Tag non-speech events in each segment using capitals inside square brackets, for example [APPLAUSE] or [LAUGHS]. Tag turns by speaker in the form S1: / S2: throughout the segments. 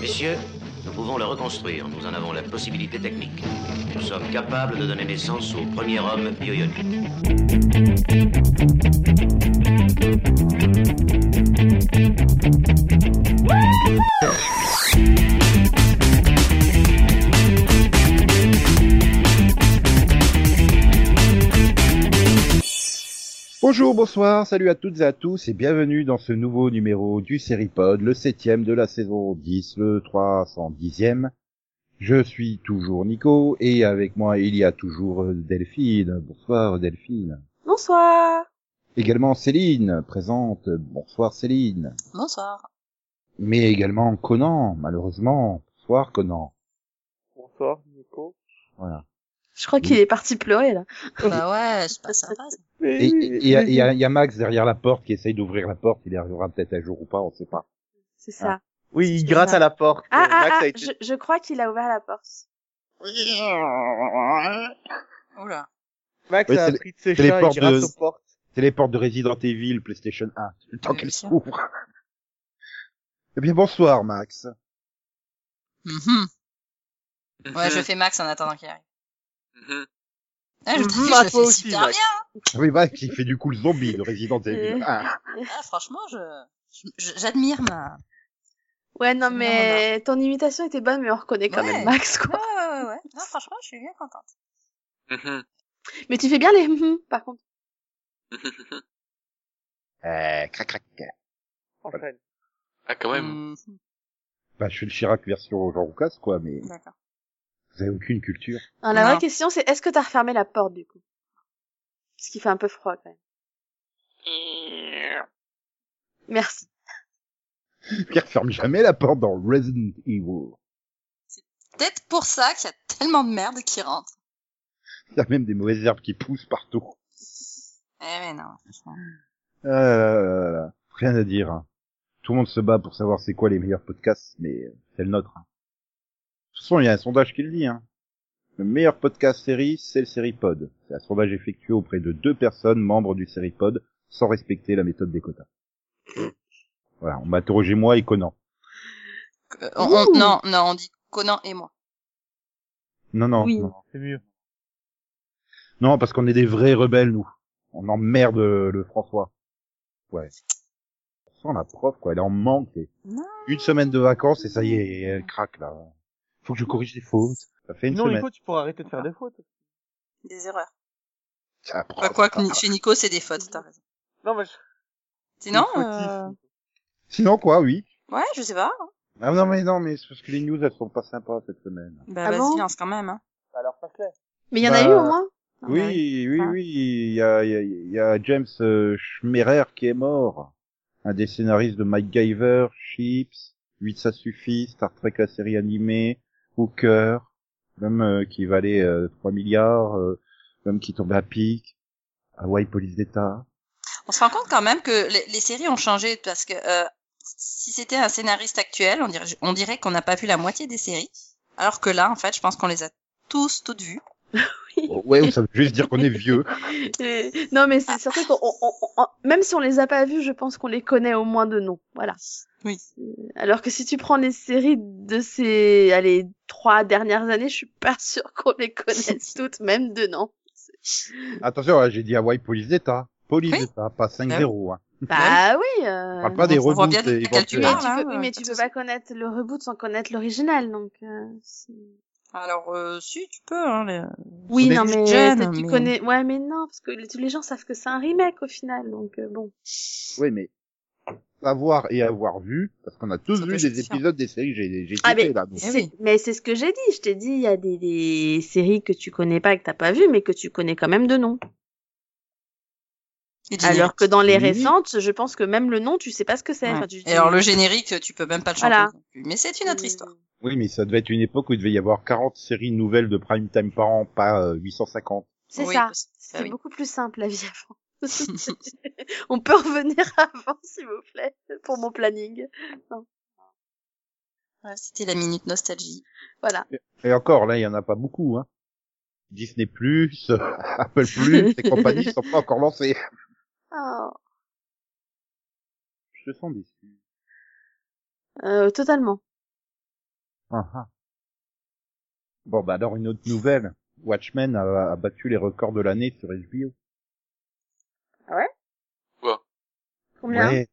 S1: Messieurs, nous pouvons le reconstruire. Nous en avons la possibilité technique. Nous sommes capables de donner naissance au premier homme bioionique.
S2: Bonjour, bonsoir, salut à toutes et à tous et bienvenue dans ce nouveau numéro du Seripod, le septième de la saison 10, le 310e. Je suis toujours Nico et avec moi il y a toujours Delphine. Bonsoir Delphine.
S3: Bonsoir.
S2: Également Céline, présente. Bonsoir Céline.
S4: [LAUGHS]
S3: Bonsoir.
S2: Mais également Conan, malheureusement. Bonsoir Conan.
S5: Bonsoir, Nico.
S2: Voilà.
S3: Je crois qu'il est parti pleurer là.
S4: Bah ouais, c'est pas sympa. ça.
S2: Et il y, a- y a- y a Max derrière la porte qui essaye d'ouvrir la porte, il y arrivera peut-être un jour ou pas, on sait pas.
S3: C'est ça.
S5: Oui, il gratte à la porte.
S3: Ah
S5: Euh,
S3: ah
S5: Max
S3: ah,
S5: a été-
S3: je, je crois qu'il a ouvert la porte.
S4: Oula.
S5: Max
S2: Oui,
S5: a
S2: c'est les-
S5: pris de ses
S2: c'est les
S5: chats et
S2: portes
S5: gratte
S2: de-
S5: aux portes.
S2: C'est les portes de Resident Evil, PlayStation 1. Le temps
S4: Oui,
S2: qu'elles
S4: bien sûr.
S2: s'ouvrent. Eh bien, bonsoir, Max.
S4: Mhm.
S2: Mhm.
S4: Ouais, je fais Max en attendant qu'il arrive.
S6: Mhm.
S4: Ah, je
S5: Mhm,
S4: t'ai dit, je
S5: à
S4: le
S5: toi
S4: fais
S5: aussi,
S4: super
S5: Max.
S4: bien.
S2: Oui, Max, il fait du coup le zombie de Resident Evil 1.
S4: Ah, franchement, je, je- j'admire ma.
S3: Ouais, non
S4: Non,
S3: mais ton imitation était bonne, mais on reconnaît quand
S4: Ouais.
S3: même Max
S4: Ouais,
S3: quoi.
S4: ouais, ouais, ouais. Non, franchement, je suis bien contente.
S6: Mhm.
S3: Mais tu fais bien les hum, hum, par contre.
S6: Mhm.
S2: Euh, crac, crac.
S5: Enchaîne.
S6: ah, quand même.
S4: Mhm.
S2: Bah, je suis le Chirac version Jean Roucas, quoi, mais
S4: D'accord.
S2: vous avez aucune culture.
S3: Non, la
S4: Non.
S3: vraie question c'est est-ce que t'as refermé la porte du coup Parce qu'il fait un peu froid quand même. Merci.
S2: Qui referme jamais la porte dans Resident Evil.
S4: Peut-être pour ça qu'il y a tellement de merde qui rentre.
S2: Il y a même des mauvaises herbes qui poussent partout.
S4: Eh, mais non, franchement.
S2: Ah là là là là là. Rien à dire. hein. Tout le monde se bat pour savoir c'est quoi les meilleurs podcasts, mais euh, c'est le nôtre. hein. De toute façon, il y a un sondage qui le dit. Hein. Le meilleur podcast série, c'est le Seripod. C'est un sondage effectué auprès de deux personnes membres du Seripod, sans respecter la méthode des quotas. Voilà, on m'a interrogé moi et Conan.
S4: Euh, on- on-
S3: Ouh.
S4: non, non, on dit Conan et moi.
S2: Non, non,
S3: Oui.
S2: non.
S5: C'est mieux.
S2: Non, parce qu'on est des vrais rebelles, nous. On emmerde euh, le François. Ouais. On sent la prof, quoi. Elle est en manque. et-
S4: Non.
S2: Une semaine de vacances et ça y est, elle craque, là. Faut que je corrige les fautes. Ça fait une
S5: Non,
S2: semaine.
S5: Nico, tu pourras arrêter de faire des fautes.
S4: Des erreurs.
S2: Ah, prof.
S4: Quoi, quoi que ni- chez Nico, c'est des fautes, t'as raison.
S5: Non, mais je...
S4: Sinon,
S5: Fautif.
S4: euh,
S2: Sinon, quoi, oui.
S4: ouais, je sais pas.
S2: Ah, non, mais non, mais c'est parce que les news, elles sont pas sympas cette semaine.
S4: Bah,
S3: Ah
S4: vas-y,
S3: bon
S4: lance quand même, hein.
S5: Alors, ça clair.
S3: Mais il y en a
S2: Bah,
S3: eu au moins.
S4: Non, bah oui.
S2: Oui, oui,
S4: Ah.
S2: oui. Il y a, il y a- il y a James euh, Schmerer qui est mort. Un des scénaristes de MacGyver, Chips, 8 ça suffit, Star Trek la série animée, Hooker, l'homme euh, qui valait euh, 3 milliards, euh, l'homme qui tombait à pic, Hawaii Police d'État.
S4: On se rend compte quand même que les, les séries ont changé parce que euh, si c'était un scénariste actuel, on dirait, on dirait qu'on n'a pas vu la moitié des séries. Alors que là, en fait, je pense qu'on les a tous, toutes vues.
S2: Oh, ouais, ça veut juste dire qu'on est
S4: [LAUGHS]
S2: vieux.
S3: Et- Non mais c'est surtout qu'on, on- on- on- même si on les a pas vus, je pense qu'on les connaît au moins de nom. Voilà.
S4: Oui.
S3: Alors que si tu prends les séries de ces, allez, trois dernières années, je suis pas sûre qu'on les [LAUGHS] connaisse toutes, même de nom.
S2: Attention, là, j'ai dit Hawaii Police d'État. Police
S4: Oui.
S2: d'État, pas 5-0. Hein.
S3: Bah oui. euh,
S2: On parle pas des
S4: on voit
S2: reboots
S4: bien de laquelle tu
S2: éventuels.
S3: Mais
S4: parles.
S3: tu
S4: hein,
S3: peux, oui,
S4: euh,
S3: mais
S4: pas
S3: tu
S4: de
S3: peux
S4: souci.
S3: pas connaître le reboot sans connaître l'original, donc. euh, c'est-
S4: Alors, euh, si, tu peux. Hein, les...
S3: oui,
S2: est
S3: non
S4: plus
S3: mais
S4: jeune,
S3: tu
S4: mais-
S3: connais. Ouais, mais non, parce que les- tous les gens savent que c'est un remake au final, donc euh, bon.
S2: Oui, mais savoir et avoir vu, parce qu'on a tous
S4: Ça
S2: vu
S4: peut
S2: des
S4: justifier.
S2: épisodes des séries que j'ai j'ai
S3: Ah,
S2: kiffé,
S3: mais
S2: là. donc.
S4: Eh
S3: C'est-
S4: oui.
S3: Mais c'est ce que j'ai dit. Je t'ai dit, il y a des, des séries que tu connais pas, que t'as pas vu, mais que tu connais quand même de nom.
S4: Et générique.
S3: Alors que dans les
S2: Oui.
S3: récentes, je pense que même le nom, tu sais pas ce que c'est.
S4: Ouais.
S3: Enfin, tu-
S4: Et alors, le générique, tu peux même pas le chanter.
S3: Voilà.
S4: non plus. Mais c'est une autre histoire.
S2: Oui, mais ça devait être une époque où il devait y avoir 40 séries nouvelles de prime time par an, pas euh, 850.
S3: C'est
S4: Oui,
S3: ça.
S4: parce-
S3: C'est
S4: Ah oui.
S3: beaucoup plus simple la vie avant. [LAUGHS] On peut revenir avant, s'il vous plaît, pour mon planning.
S4: Ouais, C'était la minute nostalgie.
S3: Voilà.
S2: Et encore, là, il y en a pas beaucoup, hein. Disney+, euh, [LAUGHS] Apple+, et compagnie sont pas encore lancés.
S3: Oh,
S2: Je te sens déçu.
S3: euh, totalement.
S2: Ah, ah. Bon, bah alors une autre nouvelle. Watchmen a, a battu les records de l'année sur HBO.
S3: Combien
S2: Ouais.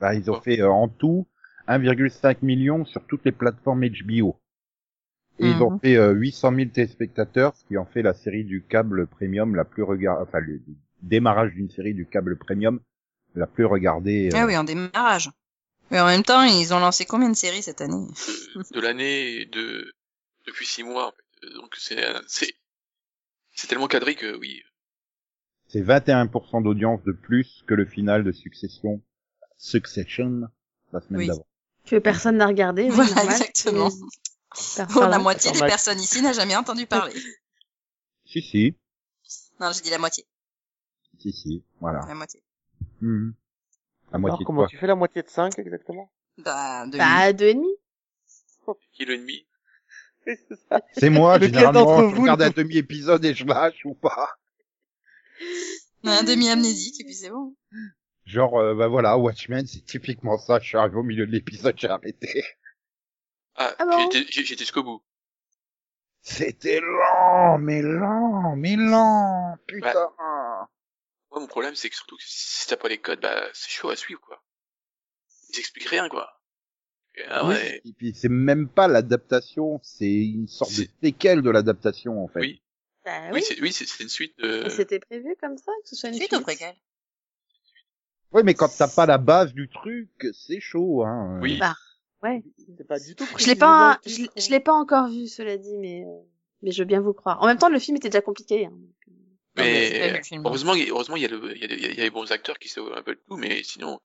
S2: Bah, ils ont
S6: Oh.
S2: fait euh, en tout 1,5 million sur toutes les plateformes HBO. Et ils ont fait euh, 800 000 téléspectateurs, ce qui en fait la série du câble premium la plus regardée, enfin le le démarrage d'une série du câble premium la plus regardée. euh,
S4: Ah oui, en démarrage. Mais en même temps, ils ont lancé combien de séries cette année
S6: de, de l'année et de depuis six mois. En fait. Donc c'est euh, c'est c'est tellement cadré que oui.
S2: C'est 21% d'audience de plus que le final de Succession, Succession la semaine
S4: Oui.
S2: d'avant.
S3: Que personne n'a regardé. oui,
S4: Voilà,
S3: normal.
S4: exactement.
S3: Mais-
S4: Bon, [LAUGHS] la moitié des
S5: normal.
S4: personnes ici n'a jamais entendu parler.
S2: Si si,
S4: Non, j'ai dit la moitié.
S2: si si, voilà.
S4: La moitié.
S2: Mhm. La moitié
S5: Alors,
S2: de
S5: comment
S2: quoi
S5: tu fais la moitié de 5 exactement
S4: Bah, de
S3: Bah, deux et demi.
S6: Kilo et demi.
S5: [LAUGHS] Oui, c'est ça.
S2: C'est moi,
S5: Lequel
S2: généralement,
S5: d'entre
S2: je
S5: vous
S2: regarde
S5: le-
S2: un demi-épisode et je lâche ou pas.
S4: un demi-amnésique, et puis c'est bon.
S2: Genre, euh, bah voilà, Watchmen, c'est typiquement ça. Je suis arrivé au milieu de l'épisode, j'ai arrêté. [LAUGHS]
S6: Ah,
S3: Ah bon
S6: j'étais- j'ai- j'étais jusqu'au bout.
S2: C'était lent, mais lent, mais lent, putain.
S6: Moi mon problème c'est que surtout que si t'as pas les codes, bah c'est chaud à suivre quoi. Ils expliquent rien quoi. Et, Ah
S2: Oui,
S6: ouais.
S2: Et puis c'est même pas l'adaptation, c'est une sorte de
S6: C'est-
S2: séquelle de l'adaptation en fait.
S6: Oui.
S3: Bah
S6: Oui,
S3: oui.
S6: c'est- oui, c'est c'est une suite.
S3: Et
S6: euh,
S3: C'était prévu comme ça, que ce soit une
S4: Suite au préquel.
S2: Oui, mais quand t'as pas la base du truc, c'est chaud. Hein.
S6: Oui.
S3: Bah, ouais.
S5: C'est pas du tout
S3: Je l'ai
S5: précisé
S3: pas,
S5: dans le
S3: je l'ai-
S5: titre.
S3: je l'ai pas encore vu, cela dit, mais, euh, mais je veux bien vous croire. En même temps, le film était déjà compliqué. hein.
S4: Non, mais c'est pas
S6: Mais
S4: le film. hein.
S6: heureusement, il y a- heureusement, il y a le, il y a, des- il y a- il y a les bons acteurs qui savent un peu de tout, mais sinon,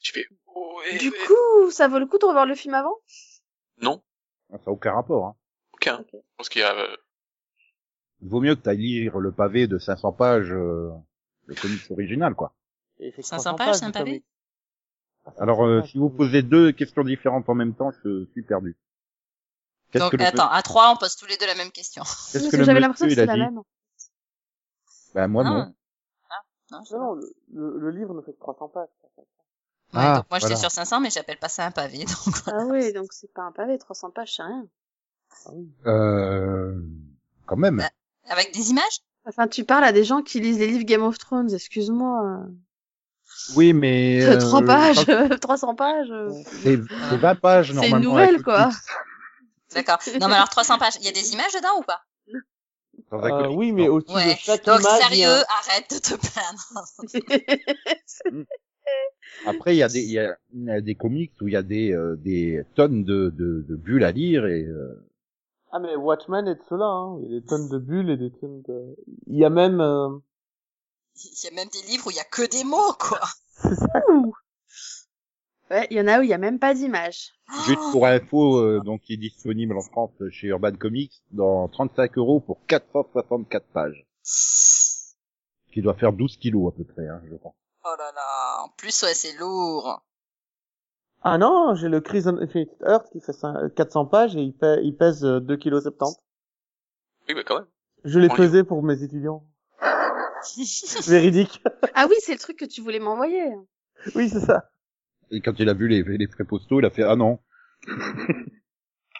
S6: tu fais. ouais,
S3: Du
S6: ouais.
S3: coup, ça vaut le coup de revoir le film avant?
S6: Non,
S2: Ça n'a aucun rapport. Hein.
S6: aucun.
S3: Ok.
S6: Je pense qu'il y a. euh,
S2: Il vaut mieux que t'ailles lire le pavé de 500 pages, euh, le comics original, quoi.
S5: Et c'est
S4: Ça
S5: 300
S4: sympa, c'est un
S5: du
S4: pavé.
S5: comic.
S2: Alors, euh,
S5: Ouais,
S2: si vous posez deux questions différentes en même temps, je suis perdu. Qu'est-ce
S4: Donc,
S2: que le-
S4: attends, à trois, on pose tous les deux la même question.
S2: qu'est-ce
S3: Parce
S2: que
S3: que
S2: le
S3: j'avais l'impression que
S2: monsieur, il a
S3: c'était la
S2: dit
S3: même.
S2: Bah, moi, non.
S4: Ah, non, je sais
S5: Non,
S4: pas.
S5: non, le, le, le livre ne fait que 300 pages.
S4: Ouais,
S2: Ah,
S4: donc moi j'étais
S2: voilà.
S4: sur 500 mais j'appelle pas ça un pavé [LAUGHS] donc voilà.
S3: Ah oui, donc c'est pas un pavé, 300 pages, c'est rien. Ah.
S2: Euh, quand même.
S4: Bah. avec des images
S3: Enfin, tu parles à des gens qui lisent les livres Game of Thrones, excuse-moi.
S2: Oui, mais. euh,
S3: 3 [LAUGHS] pages, 300 pages. euh, [LAUGHS]
S2: C'est c'est 20 pages,
S3: C'est
S2: normalement.
S3: une nouvelle,
S2: avec le
S3: quoi.
S2: titre.
S4: d'accord non mais alors 300 pages il y a des images dedans ou pas
S2: Dans un
S5: Euh,
S2: comics,
S5: oui, mais
S2: non.
S5: au-dessus de
S4: ouais
S5: chaque
S4: donc
S5: image, il y a
S4: sérieux
S5: un-
S4: arrête de te plaindre [LAUGHS]
S2: Après, il y, a des- il y, a, il y a des comics où il y a des, euh, des tonnes de, de, de bulles à lire et. euh,
S5: Ah, mais Watchmen est de cela, hein. Il y a des tonnes de bulles et des tonnes de... Il y a même... euh,
S4: il y a même des livres où il y a que des mots quoi
S3: Ouh. [LAUGHS] Ouais, il y en a où il y a même pas d'image.
S2: Juste pour info, euh, donc il est disponible en France euh, chez Urban Comics dans 35 euros pour 464 pages, ce qui doit faire 12 kilos à peu près, hein, je pense.
S4: oh là là en plus ouais c'est lourd [LAUGHS]
S5: Ah non, j'ai le Crise on Infinite Earth qui fait cin- 400 pages et il, pa- il pèse euh, 2,70 kg.
S6: Oui, bah quand même.
S5: Je l'ai
S6: On y
S5: pesé pour mes étudiants. Véridique. [LAUGHS]
S3: Ah oui, c'est le truc que tu voulais m'envoyer.
S5: Oui, c'est ça.
S2: Et quand il a vu les, les prépostos, il a fait ah non.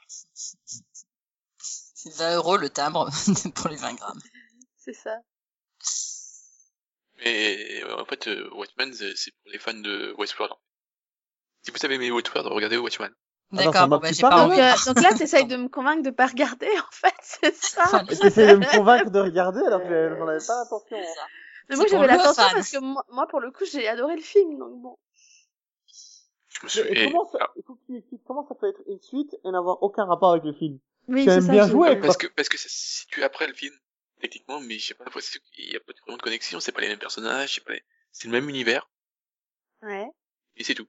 S4: c'est 20 euros le timbre [LAUGHS] pour les 20
S5: Ah
S4: grammes
S3: C'est ça.
S6: Mais euh, en fait, euh, Watchmen, c'est c'est pour les fans de Westworld. Si vous avez aimé Westworld, regardez Watchmen.
S5: Attends,
S4: d'accord
S5: ça m'a
S4: bon bah
S5: plus
S4: j'ai pas
S5: parlé.
S3: Donc,
S4: envie
S3: euh, donc
S4: [LAUGHS]
S3: là, t'essayes de me convaincre de pas regarder, en fait, [LAUGHS] c'est ça.
S4: Voilà.
S5: Et T'essayes de me convaincre de regarder alors que j'en avais pas l'intention.
S4: C'est ça.
S3: Mais moi,
S4: C'est pour
S3: j'avais
S4: le
S3: l'attention
S4: fan.
S3: parce que moi, moi, pour le coup, j'ai adoré le film, donc bon.
S6: Je me
S5: Mais-
S6: souviens.
S5: Et comment ça,
S6: alors,
S5: il faut que tu m'expliques comment ça peut être une suite et n'avoir aucun rapport avec le film
S3: Oui,
S5: Quand même bien
S3: j'ai-
S5: joué.
S6: parce que parce que ça se situe après le film techniquement, mais je sais pas, parce qu'il y a pas vraiment de connexion. C'est pas les mêmes personnages, c'est pas les- c'est le même univers
S3: Ouais.
S6: et c'est tout.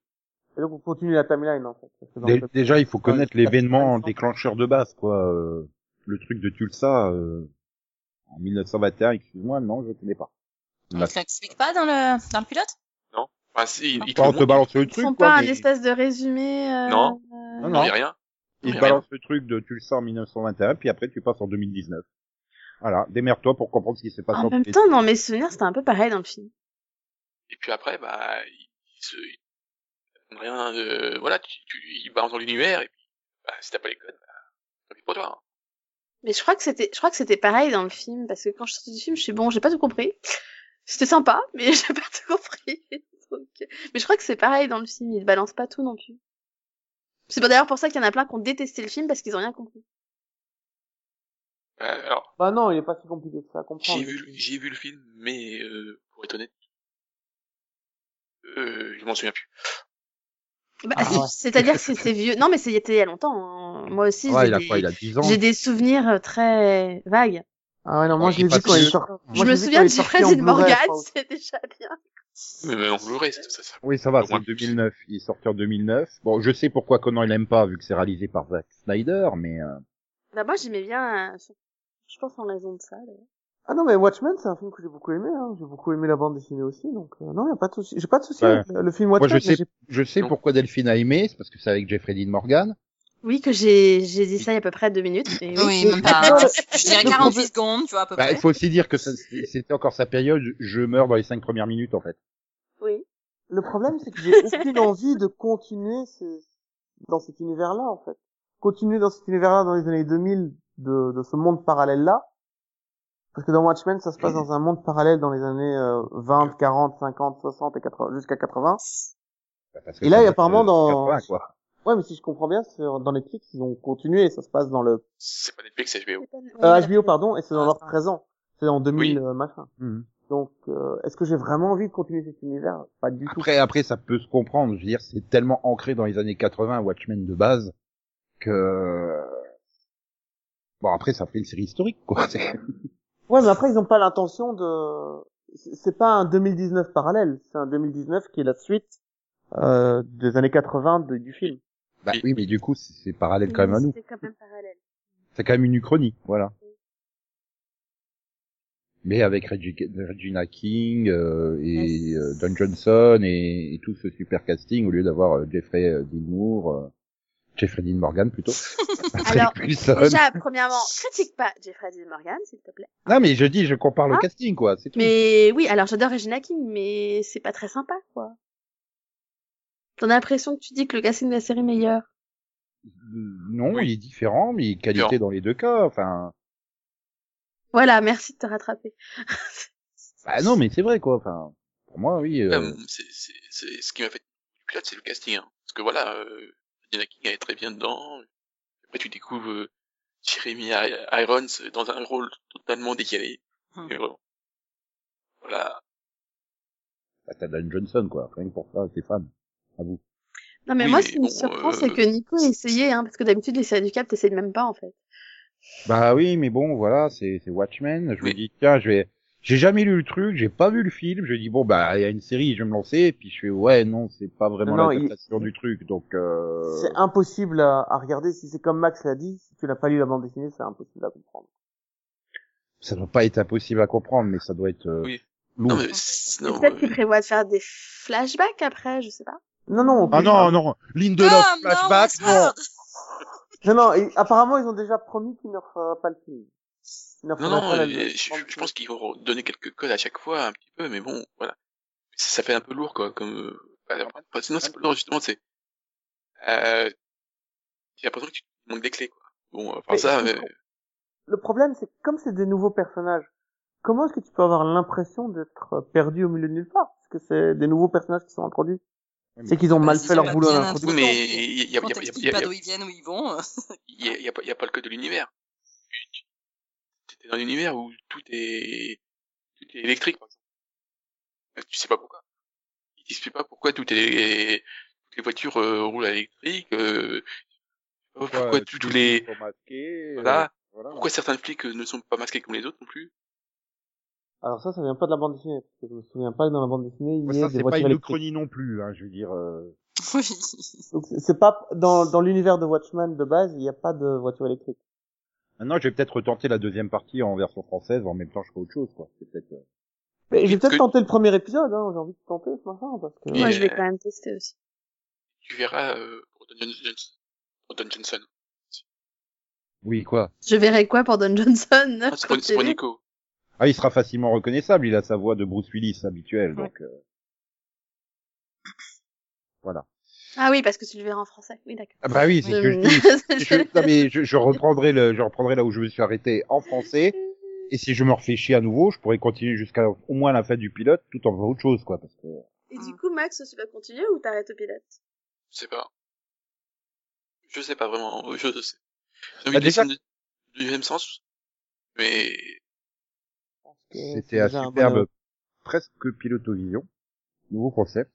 S5: Et donc on continue la timeline en fait. Parce que dans
S2: Dé-
S5: le- Ah,
S2: déjà, il faut connaître
S5: Ouais,
S2: l'événement
S5: c'est pas-
S2: déclencheur de base, quoi. euh, le truc de Tulsa euh, en 1921, excuse-moi, non, je connais pas.
S4: on te l'explique pas dans le dans le pilote
S6: Enfin, si, il, il te
S2: Enfin, on te
S6: le montre,
S2: balance le
S3: Ils
S2: truc,
S3: font
S2: quoi.
S3: pas un
S2: mais-
S3: espèce de résumé. euh,
S6: Non.
S3: euh,
S2: Non,
S6: non,
S2: non,
S6: Ah, y a rien.
S2: il
S6: y
S2: te
S6: a
S2: balance le truc de Tulsa en 1921, puis après tu passes en 2019. Voilà, démerde-toi pour comprendre ce qui s'est passé.
S3: En même temps, dans mes souvenirs, c'était un peu pareil dans le film.
S6: Et puis après, bah, il, il se, euh, il- rien, de- voilà, tu, tu, il balance dans l'univers, et puis, bah, si t'as pas les codes, bah, Tant pis pour toi. hein.
S3: Mais je crois que c'était, je crois que c'était pareil dans le film, parce que quand je suis sortie du film, je suis bon, j'ai pas tout compris. C'était sympa, mais [LAUGHS] j'ai pas tout compris. Donc, euh, Mais je crois que c'est pareil dans le film, ils balancent pas tout non plus. C'est pas d'ailleurs pour ça qu'il y en a plein qui ont détesté le film parce qu'ils ont rien compris.
S6: Euh, alors,
S5: Bah non, il est pas si compliqué que ça à comprendre.
S6: J'ai vu, le- j'ai vu le film, mais euh, pour être honnête, euh, je m'en souviens plus.
S3: Bah,
S5: Ah
S3: c'est-
S5: ouais.
S3: C'est-à-dire que c'est c'est vieux. Non, mais c'est- c'était il y a longtemps. hein. Moi aussi,
S2: Ouais,
S3: j'ai
S2: il a
S3: des-
S2: quoi Il a 10 ans.
S3: j'ai des souvenirs euh, très vagues.
S5: Ah ouais, non, moi
S2: Ouais,
S5: je
S2: il
S5: l'ai
S2: est
S5: vu
S2: pas
S5: quand il est
S2: vieux.
S5: sorti.
S3: Je me souviens de Jeffrey Dean Morgan, [LAUGHS] c'est déjà bien.
S6: Mais même en Blu-ray, ça, ça, ça.
S2: Oui, ça va,
S6: Au
S2: c'est
S6: moins.
S2: 2009. Il est sorti en 2009. Bon, je sais pourquoi Conan il aime pas, vu que c'est réalisé par Zack Snyder, mais euh,
S3: Bah, moi, j'aimais bien, euh, je pense en raison de ça. d'ailleurs.
S5: Ah non, mais Watchmen, c'est un film que j'ai beaucoup aimé. Hein. J'ai beaucoup aimé la bande dessinée aussi, donc euh, non, y a pas de souci. J'ai pas de souci
S2: Ouais.
S5: avec le le film Watchmen.
S2: moi je sais,
S5: mais
S2: je
S5: j'ai-
S2: sais
S6: Non.
S2: pourquoi Delphine a aimé, c'est parce que c'est avec Jeffrey Dean Morgan.
S3: Oui, que j'ai j'ai dit ça il y a à peu près deux minutes. mais oui.
S4: Oui, même pas.
S2: Ah,
S5: Non, le-
S4: Je dirais
S5: le
S4: 48
S5: problème-
S4: secondes, tu vois, à peu
S2: Bah, il
S4: près.
S2: faut aussi dire que ça- c'était encore sa période. Je meurs dans les cinq premières minutes en fait.
S3: Oui.
S5: Le problème, c'est que
S4: [LAUGHS]
S5: j'ai aucune envie de continuer ce- dans cet univers-là, en fait. Continuer dans cet univers-là dans les années 2000 de, de ce monde parallèle-là. Parce que dans Watchmen, ça se passe dans un monde parallèle dans les années euh, 20, 40, 50, 60 et 80, jusqu'à 80.
S2: Parce que
S5: Et là,
S2: ça
S5: et
S2: date,
S5: apparemment,
S2: euh,
S5: dans-
S2: 80, quoi.
S5: Ouais, mais si je comprends bien, sur- dans Netflix, ils ont continué, ça se passe dans le...
S6: C'est pas Netflix, c'est HBO.
S5: Euh, HBO, pardon, et c'est dans
S4: Ah,
S5: leur
S4: ça.
S5: présent. C'est en 2000, euh, machin.
S2: Mhm.
S5: Donc, euh, est-ce que j'ai vraiment envie de continuer cet univers Pas du tout.
S2: Après, après, ça peut se comprendre. Je veux dire, c'est tellement ancré dans les années 80, Watchmen de base, que bon, après, ça fait une série historique, quoi. [LAUGHS] C'est-
S5: Ouais, mais après, ils n'ont pas l'intention de... c'est- C'est pas un 2019 parallèle, c'est un 2019 qui est la suite euh, des années 80 de- du film.
S2: Bah
S6: Oui.
S2: oui, mais du coup, c'est c'est parallèle quand même à nous.
S3: C'est quand même
S2: [LAUGHS]
S3: parallèle.
S2: C'est quand même une uchronie, voilà. Mais avec Regi- Regina King euh, et
S4: Yes.
S2: euh, Don Johnson et, et tout ce super casting, au lieu d'avoir euh, Jeffrey euh, Dean Moore, euh, Jeffrey Dean Morgan plutôt. Patrick
S3: [LAUGHS] Alors,
S2: Wilson.
S3: Déjà, premièrement, critique pas Jeffrey Dean Morgan, s'il te plaît.
S2: Non, mais je dis, je compare le
S3: Ah.
S2: casting, quoi. C'est tout.
S3: Mais oui, alors j'adore Regina King, mais c'est pas très sympa, quoi. T'en as l'impression que tu dis que le casting de la série est meilleur.
S2: Euh, Non,
S6: Oui.
S2: il est différent, mais il est qualité
S6: Différent.
S2: dans les deux cas. Enfin,
S3: Voilà, merci de te rattraper.
S2: bah non, mais c'est vrai, quoi. Enfin, pour moi, oui. euh,
S6: Euh, c'est- c'est- c'est- ce qui m'a fait du pilote, c'est le casting. hein. Parce que voilà, euh, Regina King elle est très bien dedans. Après, tu découvres euh, Jeremy I- Irons dans un rôle totalement décalé.
S4: Hmm.
S6: Mais vraiment. Voilà.
S2: bah, t'as Dan Johnson, quoi. Rien que pour ça, t'es fan. À vous.
S3: Non, mais
S6: Oui,
S3: moi,
S6: mais
S3: ce qui me
S6: bon,
S3: surprend,
S6: euh,
S3: c'est que Nico a essayé, hein, parce que d'habitude, les séries du Cap, t'essayes même pas, en fait.
S2: Bah oui, mais bon, voilà, c'est c'est Watchmen. Je me
S6: Mais-
S2: dis, tiens, je vais. J'ai jamais lu le truc, j'ai pas vu le film. Je dis bon, bah il y a une série, je vais me lancer. Et puis je fais ouais, non, c'est pas vraiment
S5: Non,
S2: l'adaptation du truc, donc. Euh...
S5: C'est impossible à, à regarder. Si c'est comme Max l'a dit, si tu n'as pas lu la bande dessinée, c'est impossible à comprendre.
S2: Ça doit pas être impossible à comprendre, mais ça doit être euh,
S6: Oui.
S2: lourd.
S6: Non, mais, c'est- non,
S3: Peut-être
S6: euh,
S3: qu'il prévoit de faire des flashbacks après, je sais pas.
S5: Non, non, on
S2: Ah
S5: peut-
S2: non, non, Lindelof
S4: Comme dans
S2: flashback, non.
S4: Westworld.
S5: non, non, et apparemment, ils ont déjà promis qu'ils ne referaient pas le film. Ils ne
S6: non,
S5: referaient
S6: non,
S5: pas la-
S6: euh, je, je- je pense qu'ils vont donner quelques codes à chaque fois, un petit peu, mais bon, voilà. Ça, ça fait un peu lourd, quoi, comme... euh, alors, enfin, sinon, c'est pas lourd, justement, c'est... Euh, j'ai l'impression que tu manques des clés, quoi. Bon, à part
S5: Mais
S6: ça,
S5: je
S6: euh,
S5: comprends. Le problème, c'est que comme c'est des nouveaux personnages, comment est-ce que tu peux avoir l'impression d'être perdu au milieu de nulle part Parce que c'est des nouveaux personnages qui sont introduits. C'est qu'ils ont
S4: Bah,
S5: mal
S4: s'ils
S5: fait
S4: ont
S5: leur
S4: pas
S5: boulot à
S4: bien
S5: l'introduction.
S6: oui,
S4: introduit.
S6: mais il y a, il y a-
S4: Quand
S6: il y a- il
S4: t'expliques
S6: y a-
S4: pas d'où ils viennent, où ils vont. [LAUGHS] euh,
S6: il y a- il y a pas il y a pas le code de l'univers. Tu- tu- T'es dans un univers où tout est, tout est électrique, par exemple. Euh, Tu sais pas pourquoi. Ils t'expliquent pas pourquoi tout est, toutes les voitures euh, roulent à l'électrique, euh, oh, pourquoi tous tous les,
S2: Faut masquer, euh,
S6: Voilà.
S2: voilà.
S6: Pourquoi certains flics euh, ne sont pas masqués comme les autres non plus
S5: Alors ça, ça vient pas de la bande dessinée, parce que je me souviens pas que dans la bande dessinée, il
S2: Moi,
S5: y ait
S2: ça,
S5: des
S2: c'est pas
S5: voitures
S2: une
S5: électriques.
S2: uchronie non plus, hein, je veux dire. euh,
S4: Oui.
S5: Donc c'est- c'est pas dans, dans l'univers de Watchmen de base, il n'y a pas de voiture électrique.
S2: Maintenant, je vais peut-être retenter la deuxième partie en version française, en même temps, je ferai autre chose, quoi. C'est peut-être. euh,
S5: Mais j'ai
S6: Mais
S5: peut-être
S6: que-
S5: tenté le premier épisode, hein, j'ai envie de tenter ce matin, parce que...
S6: Et-
S3: Moi, je vais quand même tester aussi.
S6: Tu verras euh, pour Don Jon- Johnson. pour Don Johnson.
S2: Oui, quoi.
S3: Je verrai quoi pour Don Johnson
S6: Ah, c'est pour, c'est pour Nico.
S2: Ah, il sera facilement reconnaissable, il a sa voix de Bruce Willis habituelle, donc. euh, Voilà.
S3: Ah oui, parce que tu le verras en français. Oui, d'accord.
S2: Ah bah oui, c'est ce que je dis.
S3: [LAUGHS] Euh,
S2: Je, non, mais je,
S3: [LAUGHS]
S2: je reprendrai le, je reprendrai là où je me suis arrêté en français. Et si je me refais chier à nouveau, je pourrais continuer jusqu'à au moins la fin du pilote, tout en faisant autre chose, quoi. Parce que
S3: Et du coup, Max, tu vas continuer ou t'arrêtes au pilote
S6: Je sais pas. Je sais pas vraiment, je sais. J'ai
S2: Bah,
S6: envie de
S2: déjà-
S6: dessiner du deuxième sens, mais
S2: c'était un superbe, presque pilotovision, nouveau concept.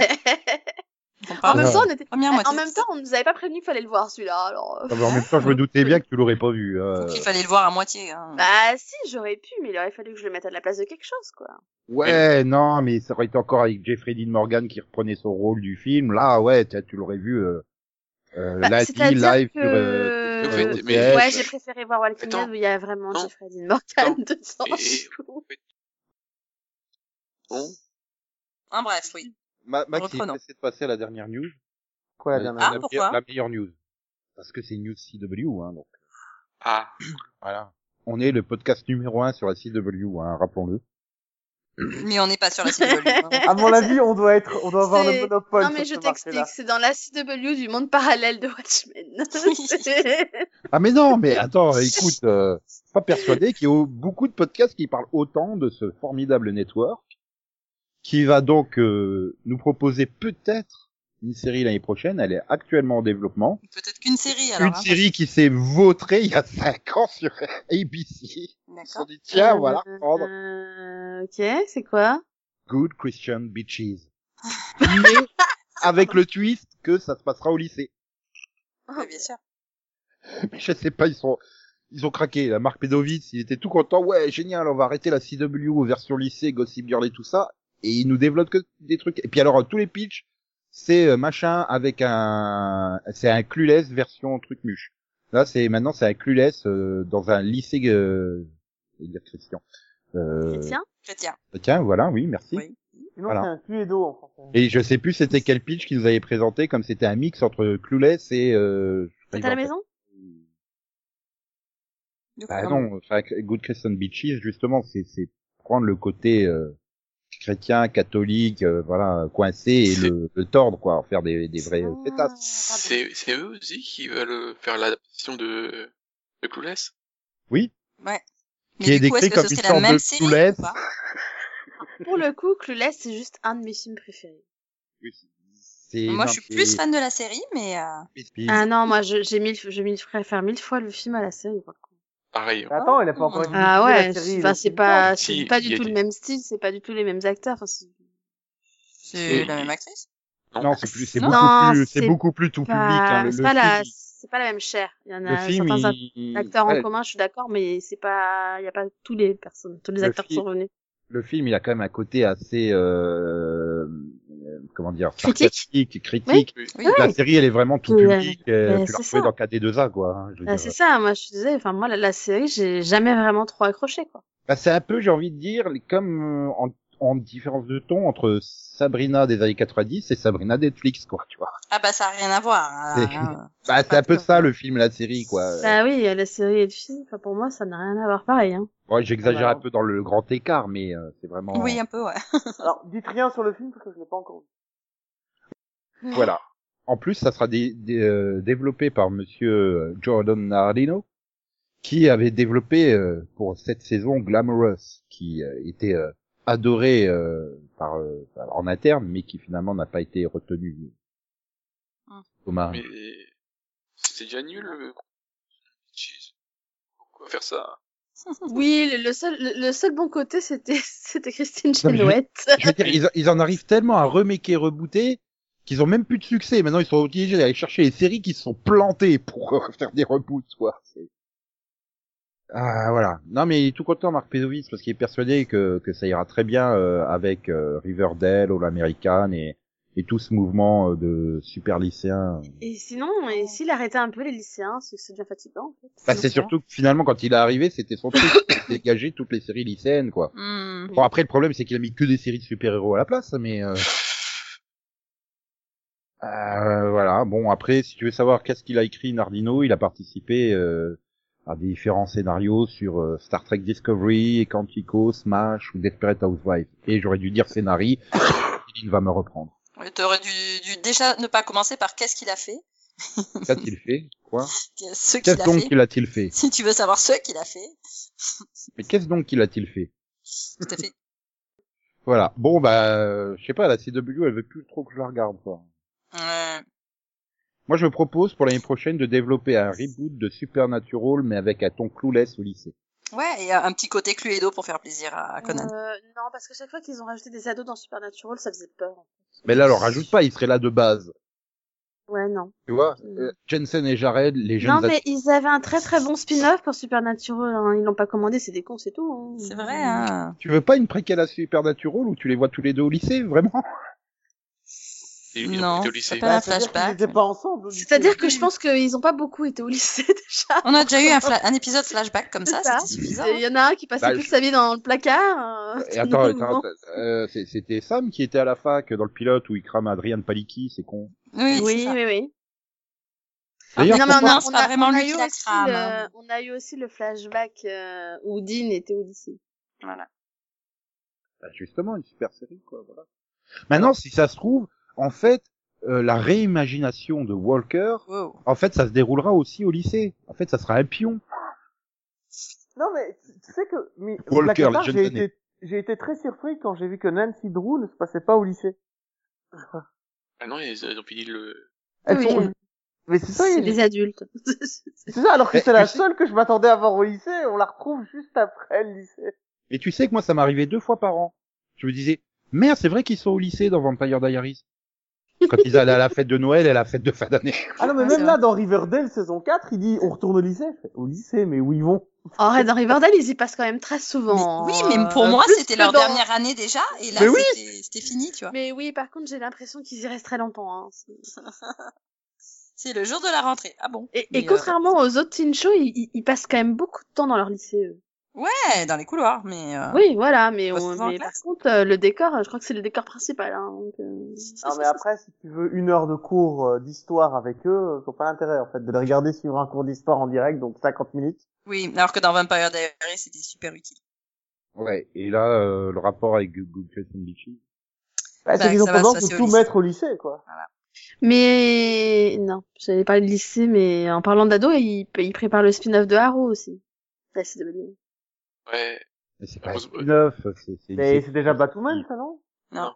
S4: On
S3: En
S4: parle
S2: Ah,
S3: même
S2: non.
S3: temps, on était...
S4: première moitié.
S3: Eh, En même temps, on nous avait pas prévenu qu'il fallait le voir celui-là, alors. euh.
S2: Ah bah, en même temps, je me doutais bien que tu l'aurais pas vu. euh.
S3: [LAUGHS]
S4: Il fallait le voir à moitié. hein.
S3: Bah si, j'aurais pu, mais il aurait fallu que je le mette à la place de quelque chose, quoi.
S2: Ouais, non, mais ça aurait été encore avec Jeffrey Dean Morgan qui reprenait son rôle du film. Là, ouais, tu tu l'aurais vu euh, euh,
S3: Bah,
S2: lundi,
S3: c'est-à-dire
S2: live
S3: que-
S2: sur, euh, sur,
S6: Mais-
S2: euh,
S6: mais-
S2: OCS.
S3: Ouais, j'ai préféré voir Walking
S6: Attends.
S3: Dead où il y a vraiment
S6: Non.
S3: Jeffrey Dean Morgan
S6: Non.
S3: dedans.
S6: Et-
S3: je trouve.
S6: bon.
S4: Hein, bref, oui.
S2: Ma Max, il
S4: Reprenons.
S2: essaie de passer à la dernière news.
S5: Quoi, la
S2: Euh,
S5: dernière
S4: Ah,
S5: news
S2: la,
S4: pourquoi
S2: meilleure, la meilleure news. Parce que c'est News CW, hein, donc
S6: Ah,
S2: voilà. On est le podcast numéro un sur la CW, hein, rappelons-le.
S4: Mais on n'est pas sur la CW.
S2: [LAUGHS]
S4: hein.
S3: [LAUGHS]
S5: À mon avis, on doit être, on doit avoir
S3: C'est-
S5: le monopole.
S3: Non
S5: sur
S3: mais
S5: ce
S3: je
S5: marché-là.
S3: t'explique, c'est dans la CW du monde parallèle de [LAUGHS] Watchmen. C'est-
S2: Ah mais non, mais attends, écoute, euh, je suis pas persuadé qu'il y ait beaucoup de podcasts qui parlent autant de ce formidable network, qui va donc euh, nous proposer peut-être une série l'année prochaine. Elle est actuellement en développement.
S4: Peut-être qu'une série alors.
S2: Une
S4: hein.
S2: série qui s'est votée il y a cinq ans sur ABC. Ils se sont
S4: D'accord.
S2: dit tiens,
S3: Euh,
S2: voilà, prendre.
S3: euh, ok, c'est quoi
S2: Good Christian Bitches. Mais avec le twist que ça se passera au lycée.
S3: Ah,
S2: Euh,
S4: Oui, bien sûr.
S2: Mais je sais pas, ils sont, ils ont craqué. La marque Pédovic, il était tout content. Ouais, génial, on va arrêter la CW version lycée, Gossip Girl et tout ça. Et ils nous développent que des trucs. Et puis alors, euh, tous les pitchs, c'est euh, machin avec un, c'est un Clueless version truc muche. Là, c'est, maintenant, c'est un Clueless euh, dans un lycée, euh, je vais dire Christian. Euh,
S3: Tiens,
S4: Chrétien.
S2: tiens, voilà, oui, merci.
S4: Oui.
S5: Sinon,
S2: Voilà.
S5: c'est un cluedo en français.
S2: Et je sais plus c'était quel pitch qu'ils nous avaient présenté, comme c'était un mix entre Clueless et... Euh,
S3: t'es à la maison
S2: Bah non, enfin, Good Christian Beaches, justement, c'est c'est prendre le côté euh, chrétien, catholique, euh, voilà, coincé, et le, le tordre, quoi, en faire des, des vrais euh,
S3: Ah,
S2: pétasses.
S6: c'est c'est eux aussi qui veulent euh, faire l'adaptation de, de Clueless
S4: Mais
S2: qui est
S4: du coup, est-ce
S2: décrit
S4: que
S2: comme
S4: ce
S2: une
S4: serait
S2: sorte
S4: la même
S2: de
S4: série
S2: Clueless.
S4: ou pas
S3: Pour le coup, Clueless, c'est juste un de mes films préférés.
S2: C'est-
S4: Moi,
S2: non,
S4: je suis
S2: c'est-
S4: plus fan de la série, mais euh,
S2: Puis-
S3: Ah non, moi, je- j'ai mille, je mille- préfère mille fois le film à la série. pour le coup.
S6: Pareil. hein.
S5: Attends, il a pas encore été
S3: Ah
S5: diffusé, la
S3: ouais,
S5: série,
S3: c'est-
S5: il
S3: enfin,
S5: a
S3: c'est
S5: fini.
S3: pas,
S6: Si,
S3: c'est pas
S6: il y
S3: du
S6: a
S3: tout le
S6: des-
S3: même style, c'est pas du tout les mêmes acteurs. Enfin, c'est
S4: c'est
S6: Et-
S4: la même actrice.
S2: Non, c'est plus, c'est
S3: Non,
S2: beaucoup plus, c'est
S3: c'est
S2: beaucoup plus tout public. hein,
S3: pas,
S2: le,
S3: c'est
S2: le
S3: pas la,
S2: film,
S3: c'est pas la même chair. Il y en
S2: le
S3: a
S2: film,
S3: certains
S2: il-
S3: acteurs
S2: ouais,
S3: en commun, je suis d'accord, mais c'est pas, il y a pas tous les personnes, tous les
S2: Le
S3: acteurs qui
S2: film-
S3: sont revenus.
S2: le film, il a quand même un côté assez, euh, euh, comment dire,
S3: Critique.
S2: sarcastique, critique.
S6: Oui.
S4: Oui.
S2: La série, elle est vraiment tout
S3: Ouais.
S2: public. euh,
S3: Ouais,
S2: tu l'as
S3: c'est
S2: retrouvée
S3: ça.
S2: dans KD2A, quoi. hein, je veux
S3: Ah,
S2: dire.
S3: c'est ça, moi je te disais, enfin moi la, la série, j'ai jamais vraiment trop accroché quoi.
S2: Bah, c'est un peu, j'ai envie de dire, comme euh, en, en différence de ton entre Sabrina des années 90 et Sabrina Netflix, quoi, tu vois.
S4: Ah bah ça a rien à voir. hein,
S2: C'est- [LAUGHS]
S4: hein.
S2: Bah, c'est
S4: pas
S2: un peu
S4: tout à
S2: ça
S4: fait.
S2: le film, la série, quoi.
S3: Bah oui, la série et le film, enfin, pour moi ça n'a rien à voir pareil. Hein.
S2: Bon, j'exagère
S5: Ah, bah,
S2: un peu dans le grand écart, mais euh, c'est vraiment.
S4: Oui, un peu, ouais.
S5: Alors, dites rien sur le film parce que je l'ai pas encore vu.
S2: Voilà. En plus, ça sera dé- dé- euh, développé par Monsieur euh, Jordan Nardino, qui avait développé euh, pour cette saison Glamorous, qui euh, était euh, adoré euh, par euh, en interne, mais qui finalement n'a pas été retenu.
S4: Hmm.
S2: Thomas.
S6: Mais c'est déjà nul. le- Jeez. Pourquoi faire ça
S3: Oui, le, le seul le, le seul bon côté c'était [LAUGHS] c'était Christine
S2: Non, mais je-
S3: Chenouette.
S2: Je veux dire, ils, ils en arrivent tellement à remaker, rebooter, qu'ils ont même plus de succès. Maintenant, ils sont obligés d'aller chercher les séries qui se sont plantées pour [LAUGHS] euh, faire des reboots, quoi. C'est- Ah, voilà. Non, mais il est tout content, Marc Pezovic, parce qu'il est persuadé que, que ça ira très bien euh, avec euh, Riverdale, All American et, et tout ce mouvement euh, de super lycéens.
S3: Et sinon,
S4: Oh.
S3: et s'il arrêtait un peu les lycéens, c'est que c'est bien fatigant. En fait.
S2: Bah, c'est
S3: Donc,
S2: surtout que finalement, quand il est arrivé, c'était son truc, [COUGHS] de dégager toutes les séries lycéennes, quoi.
S4: Hmm.
S2: Bon, après, le problème, c'est qu'il a mis que des séries de super-héros à la place, mais...
S4: [LAUGHS]
S2: Euh... euh, voilà, bon, après, si tu veux savoir qu'est-ce qu'il a écrit, Nardino, il a participé euh, à des différents scénarios sur euh, Star Trek Discovery, Quantico, Smash ou Desperate Housewives. Et j'aurais dû dire scénarii, [COUGHS] il va me reprendre.
S4: Mais T'aurais dû, dû déjà ne pas commencer par qu'est-ce qu'il a fait,
S2: Qu'a-t-il fait
S4: [LAUGHS]
S2: Quoi
S4: ce qu'il
S2: Qu'est-ce
S4: a
S2: donc
S4: fait.
S2: qu'il a-t-il fait
S4: Si tu veux savoir ce qu'il a fait,
S2: Mais qu'est-ce donc qu'il a-t-il fait
S4: tout à
S2: [LAUGHS]
S4: fait.
S2: Voilà. Bon, bah, euh, je sais pas, la CW, elle veut plus trop que je la regarde, quoi.
S4: Euh,
S2: Moi, je propose pour l'année prochaine de développer un reboot de Supernatural, mais avec un ton clouless au lycée.
S4: ouais, et euh, un petit côté Cluedo pour faire plaisir à, à Conan.
S3: Euh, non, parce que chaque fois qu'ils ont rajouté des ados dans Supernatural, ça faisait peur.
S2: Mais là, alors, rajoute pas, il serait là de base.
S3: Ouais, non.
S2: Tu vois,
S3: Mm.
S2: euh, Jensen et Jared, les jeunes
S3: non, mais ils avaient un très très bon spin-off pour Supernatural. hein. Ils l'ont pas commandé, c'est des cons, c'est tout. hein.
S4: C'est vrai, hein.
S2: Tu veux pas une préquelle à Supernatural où tu les vois tous les deux au lycée, vraiment
S6: Ils- ils ont
S4: Non,
S6: été au
S4: c'est
S6: lycée.
S4: pas un
S5: Bah, c'est-à-dire qu'ils
S4: flashback.
S5: étaient pas ensemble. au lycée.
S3: C'est-à-dire que je pense qu'ils ont pas beaucoup été au lycée [LAUGHS] déjà.
S4: On a déjà eu un, fla- un épisode flashback comme ça,
S3: C'est ça.
S4: c'était suffisant.
S3: Il y en a un qui passait
S2: Bah,
S3: toute
S2: je-
S3: sa vie dans le placard. euh,
S2: Et
S3: [LAUGHS]
S2: attends,
S3: tout le
S2: attends,
S3: monde.
S2: attends, euh, c'est- c'était Sam qui était à la fac dans le pilote où il crame Adrian Palicki, c'est con.
S4: Oui,
S3: Oui,
S4: c'est ça.
S3: oui, oui.
S2: D'ailleurs,
S3: Ah, Mais
S4: non,
S3: on a-
S4: non, c'est
S3: on
S4: pas
S3: a-
S4: vraiment
S3: on a
S4: lui qui
S3: eu
S4: la
S3: aussi
S4: crame,
S3: le-
S4: hein.
S3: On a eu aussi le flashback euh, où Dean était au lycée.
S4: Voilà.
S2: Bah, justement, une super série, quoi. Voilà. Maintenant, si ça se trouve, en fait, euh, la réimagination de Walker,
S4: Wow.
S2: en fait, ça se déroulera aussi au lycée. En fait, ça sera un pion.
S5: Non, mais tu tu sais que, mais,
S2: Walker,
S5: Black
S2: les
S5: Panther,
S2: jeunes
S5: j'ai
S2: années.
S5: été, j'ai été très surpris quand j'ai vu que Nancy Drew ne se passait pas au lycée.
S6: Ah non, ils, ils ont fini le...
S5: Elles
S3: Oui.
S5: sont- Mais c'est ça,
S3: C'est
S5: il-
S3: les adultes. [LAUGHS]
S5: c'est ça, alors que
S2: Mais
S5: c'est la
S2: tu sais-
S5: seule que je m'attendais à voir au lycée, on la retrouve juste après le lycée.
S2: Et tu sais que moi, ça m'arrivait deux fois par an. Je me disais, merde, c'est vrai qu'ils sont au lycée dans Vampire Diaries. Quand ils allaient à la fête de Noël et à la fête de fin d'année.
S5: Ah non, mais
S4: Ouais, c'est
S5: même là,
S4: vrai.
S5: dans Riverdale saison 4, il dit, on retourne au lycée. Je fais, au lycée, mais où ils vont?
S3: En Oh, Red dans Riverdale, ils y passent quand même très souvent.
S4: Mais- oui, mais pour
S3: euh,
S4: moi,
S3: plus
S4: c'était
S3: que
S4: leur
S3: dans-
S4: dernière année déjà, et là,
S5: Mais oui
S4: c'était- c'était fini, tu vois.
S3: Mais oui, par contre, j'ai l'impression qu'ils y restent très longtemps. hein.
S4: C'est le jour de la rentrée. Ah bon
S3: Et,
S4: Mais,
S3: et
S4: euh,
S3: contrairement aux autres teen shows, ils, ils- ils passent quand même beaucoup de temps dans leur lycée. eux.
S4: Ouais, dans les couloirs, mais... euh,
S3: Oui, voilà, mais,
S4: Parce
S3: on-
S4: qu'ils sont en
S3: mais par
S4: classe.
S3: contre, euh, le décor, euh, je crois que c'est le décor principal. hein, donc, euh,
S5: Non, mais après, si tu veux une heure de cours euh, d'histoire avec eux, euh, t'as pas l'intérêt, en fait, de les regarder suivre un cours d'histoire en direct, donc 50 minutes.
S4: Oui, alors que dans Vampire Diaries, c'était super utile.
S2: Ouais. Et là, euh, le rapport avec Google Beachy.
S5: Bah,
S4: Bah,
S5: c'est qu'ils ont
S4: ça va se
S5: tendance
S4: passer
S5: de
S4: au
S5: tout
S4: lycée.
S5: mettre au lycée, quoi.
S3: Mais non, j'avais parlé de lycée, mais en parlant d'ado, il, il prépare le spin-off de Harrow aussi. La [LAUGHS] CW.
S6: Ouais.
S2: Mais c'est pas
S6: Ouais.
S2: neuf, c'est, c'est,
S5: Mais
S2: c'est-
S5: c'est déjà Batwoman, ça, non?
S4: Non.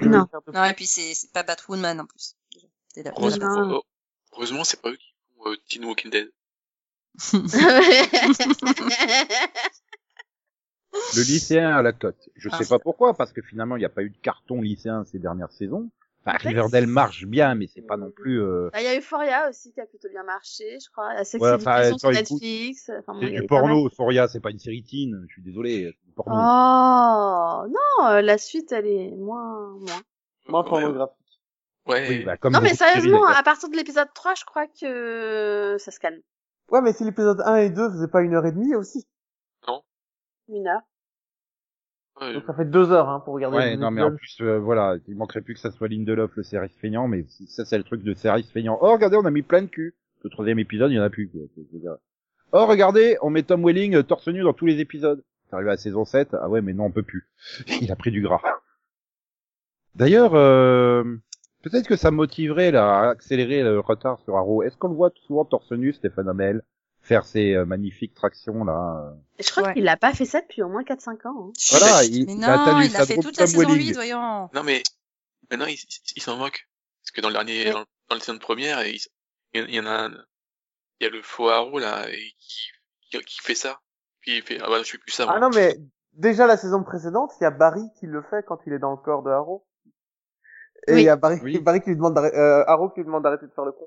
S3: Non.
S4: Non, et puis c'est c'est pas Batwoman en plus. déjà. C'est la-
S3: Heureusement.
S6: Heureusement, heure- heureusement, c'est pas eux qui font euh, Teen Walking Dead.
S2: le lycéen à la cote. Je
S4: Ah.
S2: sais pas pourquoi, parce que finalement, il n'y a pas eu de carton lycéen ces dernières saisons. Enfin, Riverdale marche bien, mais c'est pas non plus, euh,
S3: Ah, Il y a Euphoria aussi qui a plutôt bien marché, je crois. La sex
S2: Ouais,
S3: Education
S2: enfin,
S3: sur
S2: attends, écoute,
S3: Netflix. Enfin, bon,
S2: c'est
S3: il y a
S2: du
S3: eu pas mal.
S2: porno. Soria, c'est pas une série teen. Je suis désolé. C'est du porno.
S3: Oh non, euh, la suite elle est moins moins.
S5: Moi,
S6: Ouais,
S5: pornographique.
S6: Ouais.
S2: Oui, bah, comme
S3: Non mais
S2: beaucoup de séries,
S3: sérieusement,
S2: d'ailleurs.
S3: à partir de l'épisode 3, je crois que ça se calme.
S5: Ouais, mais si l'épisode 1 et 2 faisaient pas une heure et demie aussi.
S3: Une heure.
S6: Ouais,
S5: Donc ça fait deux heures, hein, pour regarder.
S2: Ah Ouais,
S5: les
S2: non, mais en
S5: épisodes.
S2: plus, euh, voilà, il manquerait plus que ça soit Lindelof, le service feignant, mais ça, c'est le truc de service feignant. Oh, regardez, on a mis plein de cul. Le troisième épisode, il y en a plus. quoi. Je veux dire. Oh, regardez, on met Tom Welling euh, torse nu dans tous les épisodes. C'est arrivé à la saison 7. Ah ouais, mais non, on peut plus. [LAUGHS] Il a pris du gras. D'ailleurs, euh, peut-être que ça motiverait là, à accélérer le retard sur Arrow. Est-ce qu'on le voit souvent torse nu, Stéphane Hamel, faire ses euh, magnifiques tractions là euh.
S3: Et Je crois
S4: Ouais.
S3: qu'il a pas fait ça depuis au moins 4-5 ans. hein.
S4: Chut,
S2: Voilà, il- bah,
S4: mais
S2: il
S4: non,
S2: a atteint du
S4: il a fait
S2: syndrome
S4: toute la
S2: Tom
S4: saison
S2: Welling.
S4: 8, voyons.
S6: Non, mais maintenant, ils ils- ils s'en moquent. Parce que dans le dernier,
S3: Ouais.
S6: dans, dans la saison de première, ils- il y en- il y en a un, il y a le faux haro, là, et qui, qui, qui fait ça. Puis il fait, ah bah, je suis plus ça,
S5: Ah
S6: moi.
S5: non, mais déjà la saison précédente, il y a Barry qui le fait quand il est dans le corps de Harrow. Et il
S3: Oui.
S5: y a Barry,
S2: Oui.
S5: Barry qui lui demande d'arrêter, euh, Harrow qui lui demande d'arrêter de faire le con.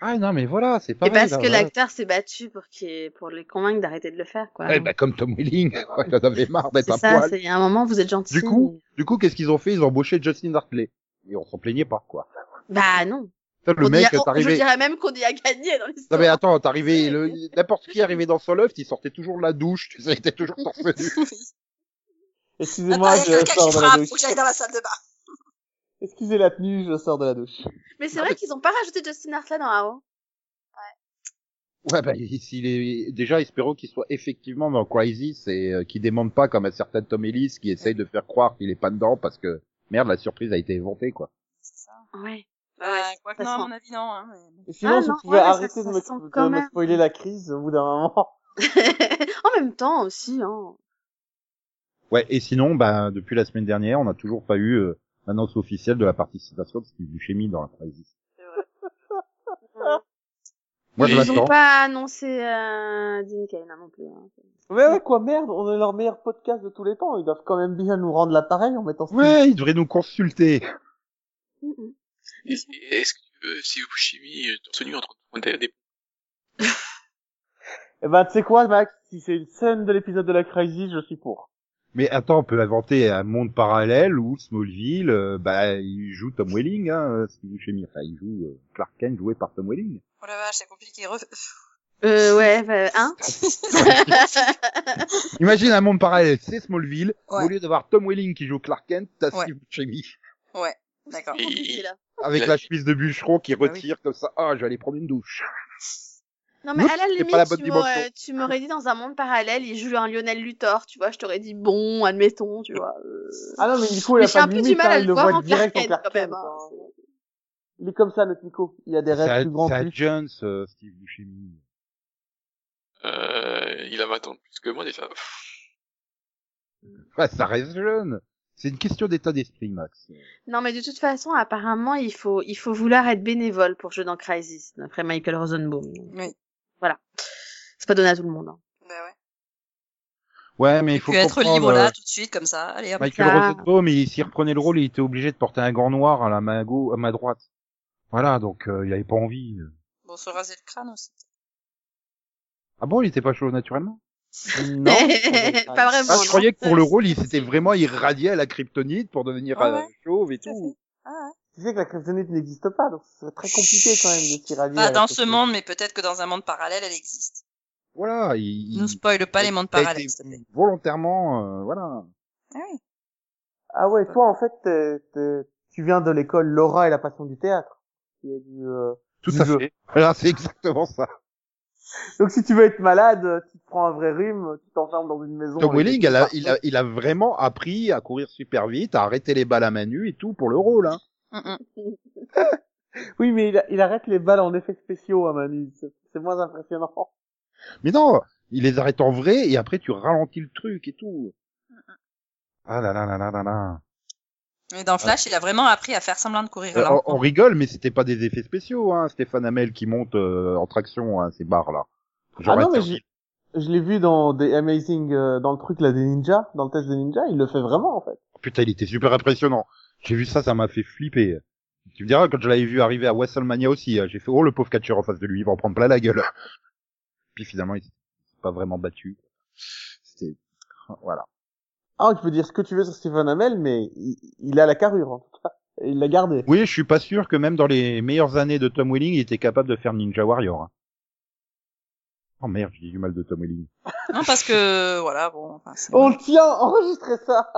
S2: Ah non, mais voilà, c'est
S3: Et
S2: pareil.
S3: parce
S2: là,
S3: que
S2: voilà.
S3: l'acteur s'est battu pour qu'il pour les convaincre d'arrêter de le faire quoi.
S2: Eh ben, comme Tom
S3: [LAUGHS]
S2: Welling, quoi, il en avait marre d'être
S3: c'est
S2: à
S3: ça,
S2: poil.
S3: c'est à un moment vous êtes gentil.
S2: Du coup, du coup, qu'est-ce qu'ils ont fait Ils ont embauché Justin Hartley. Et on s'en plaignait pas, quoi.
S3: mais- bah non.
S2: Putain, le
S3: On y
S2: mec,
S3: a- on-
S2: t'es
S3: je
S2: arrivé...
S3: dirais même qu'on y a gagné dans
S2: Non
S3: l'histoire.
S2: mais attends, t'es arrivé... le- N'importe qui arrivé dans son loft, il sortait toujours de la douche, tu sais, il était toujours torse
S3: [LAUGHS]
S2: nu.
S5: Excusez-moi,
S2: euh,
S4: Attends, il y a
S5: je
S4: quelqu'un
S5: sors
S4: qui
S5: de la
S4: frappe, faut que
S5: douche.
S4: j'aille dans la salle de bain.
S5: Excusez la tenue, je sors de la douche.
S3: Mais c'est vrai qu'ils ont pas rajouté Justin Hartley dans Arrow.
S2: Ouais, bah, s'il est... Déjà, espérons qu'il soit effectivement dans Crisis et euh, qu'il démente pas comme un certain Tom Ellis qui essaye de faire croire qu'il est pas dedans parce que merde, la surprise a été éventée, quoi.
S4: C'est ça.
S3: Ouais.
S4: Bah,
S3: Ouais, [LAUGHS]
S4: quoi que
S3: ça
S4: non, à
S3: sent.
S4: mon avis, non. Hein, mais-
S5: Et sinon,
S3: Ah
S5: si
S3: non,
S5: vous pouvez
S3: ouais, mais
S5: arrêter
S3: ça-
S5: de
S3: ça
S5: me,
S3: sent
S5: de
S3: quand
S5: me
S3: même.
S5: spoiler la crise au bout d'un moment.
S3: en même temps aussi, hein.
S2: Ouais, et sinon, bah, depuis la semaine dernière, on n'a toujours pas eu euh, l'annonce officielle de la participation de Steve Buscemi dans la Crisis. Moi, je
S6: Mais
S3: Ils ont
S2: l'attends.
S3: pas annoncé euh, Dean Cain, hein, non plus. hein.
S5: Mais ouais, quoi, merde, on est leur meilleur podcast de tous les temps. Ils doivent quand même bien nous rendre l'appareil en mettant ce
S2: Ouais, ils devraient nous consulter.
S3: Mm, mm.
S6: Et- et Est-ce que euh, si vous chimie torse nu en train de prendre des
S5: Eh ben, tu sais quoi, Max, si c'est une scène de l'épisode de la crisis, je suis pour.
S2: Mais attends, on peut inventer un monde parallèle où Smallville, euh, bah, il joue Tom Welling, hein, euh, Steve Buscemi. Enfin, il joue euh, Clark Kent joué par Tom Welling.
S4: Oh la vache, c'est compliqué. Ref-
S3: Euh, ouais, bah, hein.
S2: Imagine un monde parallèle, c'est Smallville.
S4: Ouais.
S2: Au lieu d'avoir Tom Welling qui joue Clark Kent, t'as
S4: Ouais.
S2: Steve Buscemi.
S4: D'accord.
S6: Et-
S3: Compliqué, là.
S2: Avec
S6: La-
S2: la chemise de bûcheron qui
S4: Bah oui.
S2: retire comme ça. Ah, je vais aller prendre une douche.
S3: Non mais
S2: Oups,
S3: à la
S2: c'est
S3: limite,
S2: pas la bonne
S3: tu
S2: dimension.
S3: m'aurais- tu m'aurais dit dans un monde parallèle, il joue un Lionel Luthor, tu vois, je t'aurais dit bon, admettons, tu vois. euh.
S5: Ah non, mais du coup, il
S3: Mais
S5: a
S3: j'ai
S5: pas
S3: un
S5: de
S3: peu du
S5: limite,
S3: mal
S5: hein,
S3: à
S5: il
S3: le
S5: le
S3: voir en
S5: voit direct en
S3: Clark Kent,
S5: Clark
S3: quand même,
S5: Kent,
S3: hein.
S5: hein. Il est comme ça, notre Nico. Il a des
S2: C'est
S5: rêves
S2: à-
S5: plus grands
S2: c'est
S5: que
S2: à
S5: lui.
S2: Jones, euh, Steve Buscemi.
S6: Euh, il a 20 ans de plus que moi déjà. Pff,
S2: Ouais, ça reste jeune. C'est une question d'état d'esprit, Max.
S3: Non mais de toute façon, apparemment, il faut il faut vouloir être bénévole pour jouer dans Crisis, d'après Michael Rosenbaum.
S4: Oui.
S3: Voilà. C'est pas donné à tout le monde. hein.
S4: Bah ouais.
S2: Ouais, mais
S4: Il
S2: il faut
S4: faut être
S2: comprendre,
S4: libre là,
S2: euh,
S4: tout de suite, comme ça. Allez, hop.
S2: Michael
S3: Ça.
S2: Rosenbaum, il s'y reprenait le rôle, il était obligé de porter un gant noir à la main gauche, à ma droite. Voilà, donc euh, il avait pas envie.
S4: Bon, se raser le crâne aussi.
S2: Ah bon, il était pas chaud naturellement
S5: Non.
S3: [LAUGHS] pas vraiment.
S2: Ah, je
S3: non.
S2: croyais que pour le rôle, il s'était vraiment irradié à la kryptonite pour devenir
S4: Ah Ouais,
S2: euh,
S4: ouais.
S2: chauve et
S4: Tout à
S2: tout.
S5: Tu sais que la kryptonite n'existe pas, donc c'est très compliqué quand même de s'y rallier.
S4: Pas
S5: avec
S4: dans
S5: ce
S4: ce
S5: truc.
S4: monde, mais peut-être que dans un monde parallèle, elle existe.
S2: Voilà, il...
S4: Ne spoil pas les mondes
S2: il a été
S4: parallèles, s'il te plaît.
S2: Volontairement, euh, voilà.
S4: Ah oui.
S5: Ah ouais, toi, en fait, t'es- t'es- tu viens de l'école Laura et la passion du théâtre. qui est du, euh,
S2: Tout
S5: Du
S2: à
S5: jeu.
S2: fait. [LAUGHS] Voilà, c'est exactement ça.
S5: Donc si tu veux être malade, tu te prends un vrai rhume, tu t'enfermes dans une maison.
S2: Tom
S5: avec des
S2: Welling,
S5: trous
S2: elle a-
S5: partout.
S2: il, a, il a vraiment appris à courir super vite, à arrêter les balles à main nue et tout pour le rôle. Hein.
S4: Mm, mm.
S5: Oui, mais il, a- il arrête les balles en effets spéciaux à Manu. C'est c'est moins impressionnant.
S2: Mais non, il les arrête en vrai et après tu ralentis le truc et tout. Ah là là là là là là.
S4: mm. Et dans Flash, il a vraiment appris à faire semblant de courir
S2: Ah. Euh, on,
S4: lentement.
S2: on rigole, mais c'était pas des effets spéciaux, hein. Stéphane Hamel qui monte euh, en traction à ces barres là. Genre
S5: ah non, mais
S2: interdit.
S5: je, je l'ai vu dans des Amazing, euh, dans le truc là des ninjas, dans le test des ninjas, il le fait vraiment en fait.
S2: Putain, il était super impressionnant. J'ai vu ça, ça m'a fait flipper. Tu me diras, quand je l'avais vu arriver à WrestleMania aussi, euh, j'ai fait, oh, le pauvre catcheur en face de lui, il va en prendre plein la gueule. [LAUGHS] Puis finalement, il s'est pas vraiment battu. C'était, voilà.
S5: Ah, tu peux dire ce que tu veux sur Stephen Amell, mais il, il a la carrure en tout cas. Il l'a gardé.
S2: Oui, je suis pas sûr que même dans les meilleures années de Tom Welling, il était capable de faire Ninja Warrior. hein. Oh merde, j'ai dit du mal de Tom Welling. [LAUGHS]
S4: Non, parce que, voilà, bon. Enfin, c'est-
S2: Oh.
S5: On le tient, enregistrez ça.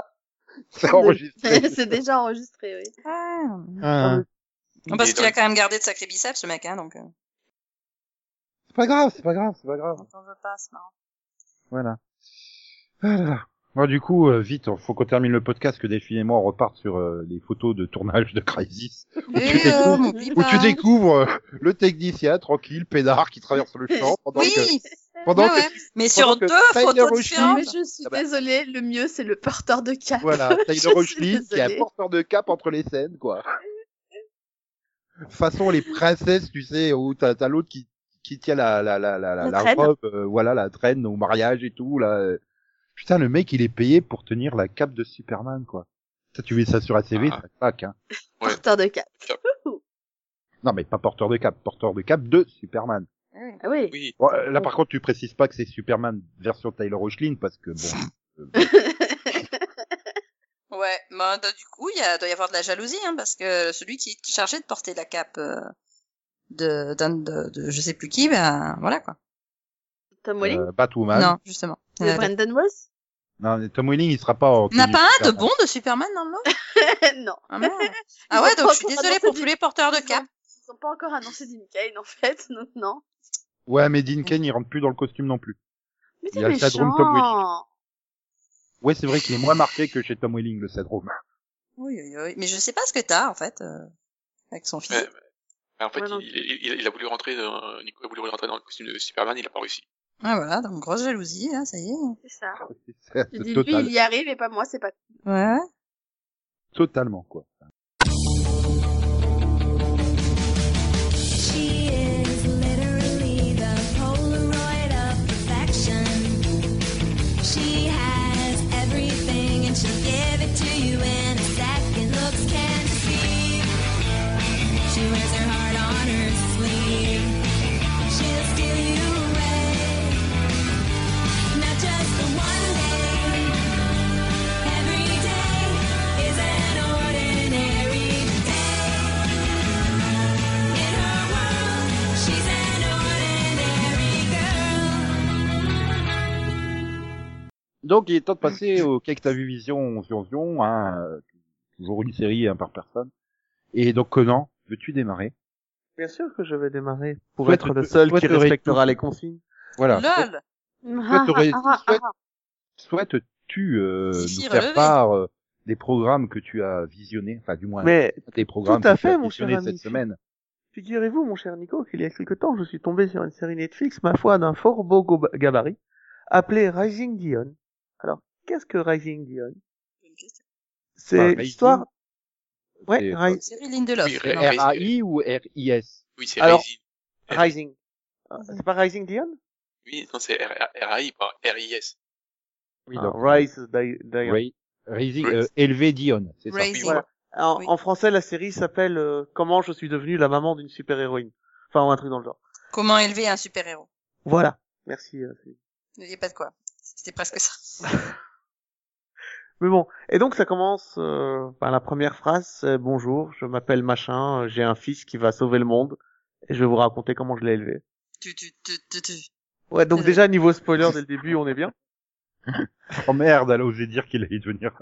S2: C'est enregistré.
S3: [LAUGHS] C'est déjà enregistré, oui.
S4: Ah, non, non.
S2: Hein.
S4: Non, parce
S6: Et
S4: qu'il
S6: dans-
S4: a quand même gardé de sacrés biceps, ce mec, hein, donc, euh,
S2: C'est pas grave, c'est pas grave, c'est pas grave.
S4: on t'en veut pas, c'est marrant.
S2: Voilà. Ah là là. Bon, du coup, euh, vite, faut qu'on termine le podcast, que Delphine et moi on reparte sur euh, les photos de tournage de Crisis, [LAUGHS] tu
S4: Eh,
S2: découvres-
S3: euh,
S4: oh, m'oublie
S2: où
S3: Bah,
S4: pas.
S2: tu
S3: hein.
S2: découvres euh, le technicien tranquille, pédard, qui traverse le
S3: [LAUGHS]
S2: champ pendant
S4: Oui!
S2: que... Pendant
S4: Ouais, ouais. Mais
S2: euh, pendant
S4: sur
S2: que
S4: deux
S2: Tyler
S4: photos
S2: Hoechlin-
S4: différentes.
S3: Mais je suis
S2: Ah bah.
S3: désolée, le mieux c'est le porteur de cap.
S2: que... [LAUGHS]
S3: [LAUGHS]
S2: Voilà,
S3: Je
S2: Tyler
S3: suis
S2: Hoechlin, qui est un
S3: désolée.
S2: porteur de cap entre les scènes, quoi. Façon, les princesses, tu sais, où t'as t'as l'autre qui qui tient la la la la, la,
S3: La traîne.
S2: robe, euh, voilà la traîne au mariage et tout là. euh. Putain, le mec, il est payé pour tenir la cape de Superman, quoi. Ça, tu mets ça sur la CV,
S6: Ah.
S2: ça claque, hein.
S6: Ouais.
S3: Porteur de cap.
S2: Non, mais pas porteur de cap, porteur de cap de Superman.
S3: Ah oui.
S6: Oui.
S2: Bon, euh, là, par contre, tu précises pas que c'est Superman version Tyler Hoechlin, parce que bon. euh,
S4: Ouais, bah, donc, du coup, il y a, doit y avoir de la jalousie, hein, parce que celui qui est chargé de porter la cape euh, de, d'un- de, de, je sais plus qui, ben voilà quoi.
S3: Tom Welling
S2: euh, Batwoman.
S4: Non, justement.
S3: De
S4: Euh,
S3: Brandon Walls
S2: Non, mais Tom Welling, il sera pas en.
S4: on n'a
S2: tenue
S4: pas un de
S2: Superman.
S4: bon de Superman dans le
S3: [LAUGHS]
S4: lot
S3: Non.
S4: Ah, merde.
S3: Ils
S4: ah
S3: ont
S4: ouais,
S3: pas
S4: donc je suis
S3: encore
S4: désolée
S3: annoncé
S4: pour
S3: du-
S4: tous les porteurs de
S3: Ils ont-
S4: cap.
S3: Ils ont pas encore annoncé Dean Cain en fait, non. non.
S2: Ouais, mais Dean Kane, il rentre plus dans le costume non plus.
S3: Mais
S2: Il
S3: t'es
S2: y a le syndrome Tom Welling.
S3: méchant
S2: Ouais, c'est vrai qu'il est moins marqué que chez Tom Welling, le syndrome.
S4: Oui, oui, oui. Mais je sais pas ce que t'as, en fait, euh, avec son fils.
S6: Ouais, mais en fait,
S3: Ouais, non.
S6: il, il- il- il a voulu rentrer dans, Nico a voulu rentrer dans le costume de Superman, il a pas réussi.
S4: Ah, voilà, donc grosse jalousie, hein, ça y est.
S3: C'est ça.
S2: [LAUGHS] C'est
S3: Je dis, lui,
S2: total,
S3: il y arrive et pas moi, c'est pas.
S4: Ouais.
S2: totalement, quoi.
S7: She is literally the Polaroid of perfection. She has everything and she'll give it to you in a second. Looks can deceive. She wears her heart on her sleeve. She'll steal you away. Not just for one day. Every day is an ordinary day. In her world, she's an ordinary girl.
S2: Donc, il est temps de passer au Qu'est-ce que t'as vu Vision Vion Vion, hein, euh, toujours une série hein, par personne. Et donc, Conan, veux-tu démarrer
S5: Bien sûr que je vais démarrer pour
S2: Toi,
S5: être
S2: tu-
S5: le seul
S2: toi,
S5: qui
S2: t'aurais
S5: respectera
S2: tout-
S5: les consignes.
S2: Voilà.
S4: LOL!
S3: Ah,
S2: t'aurais-
S3: ah, ah, ah, ah.
S2: Souhaites-tu euh,
S4: Si, si,
S2: nous faire
S4: relevez.
S2: part euh, des programmes que tu as visionnés, enfin du moins
S5: Mais
S2: des programmes
S5: tout à
S2: que tu
S5: fait,
S2: as
S5: mon cher
S2: visionnés
S5: ami.
S2: cette semaine
S5: figurez-vous, mon cher Nico, qu'il y a quelque temps, je suis tombé sur une série Netflix, ma foi, d'un fort beau go- gabarit, appelée Rising Dion. Alors, qu'est-ce que Rising Dion
S2: Enfin,
S5: C'est
S2: Rising,
S5: l'histoire... Ouais,
S2: c'est-
S5: Ri-
S4: Série Lindelof.
S6: Oui,
S4: non.
S6: ré-
S2: R-A-I ou R-I-S
S6: Oui, c'est
S5: Alors-
S6: Rising.
S5: Rising. Ah, C'est pas Rising Dion
S6: Oui, non, c'est RAI, pas RIS.
S2: Oui,
S5: Ah,
S2: donc,
S5: Rise Di- Dion.
S2: Ray- Raising,
S6: Rais-
S2: euh, élevé Dion, c'est ça.
S4: Raising.
S5: Voilà. En,
S4: Oui.
S5: en français, la série s'appelle euh, Comment je suis devenue la maman d'une super-héroïne. Enfin, ou un truc dans le genre.
S4: Comment élever un super-héros?
S5: Voilà. Merci. euh, c'est-
S4: Ne dis pas de quoi. C'était presque ça.
S5: Mais bon. Et donc, ça commence euh, par la première phrase. c'est, Bonjour, je m'appelle machin, euh, j'ai un fils qui va sauver le monde. Et je vais vous raconter comment je l'ai élevé.
S4: Tu, tu, tu, tu, tu.
S5: Ouais, donc
S4: Euh.
S5: déjà, niveau spoiler, dès le début, on est bien. [LAUGHS]
S2: Oh merde, elle a osé dire qu'il allait devenir.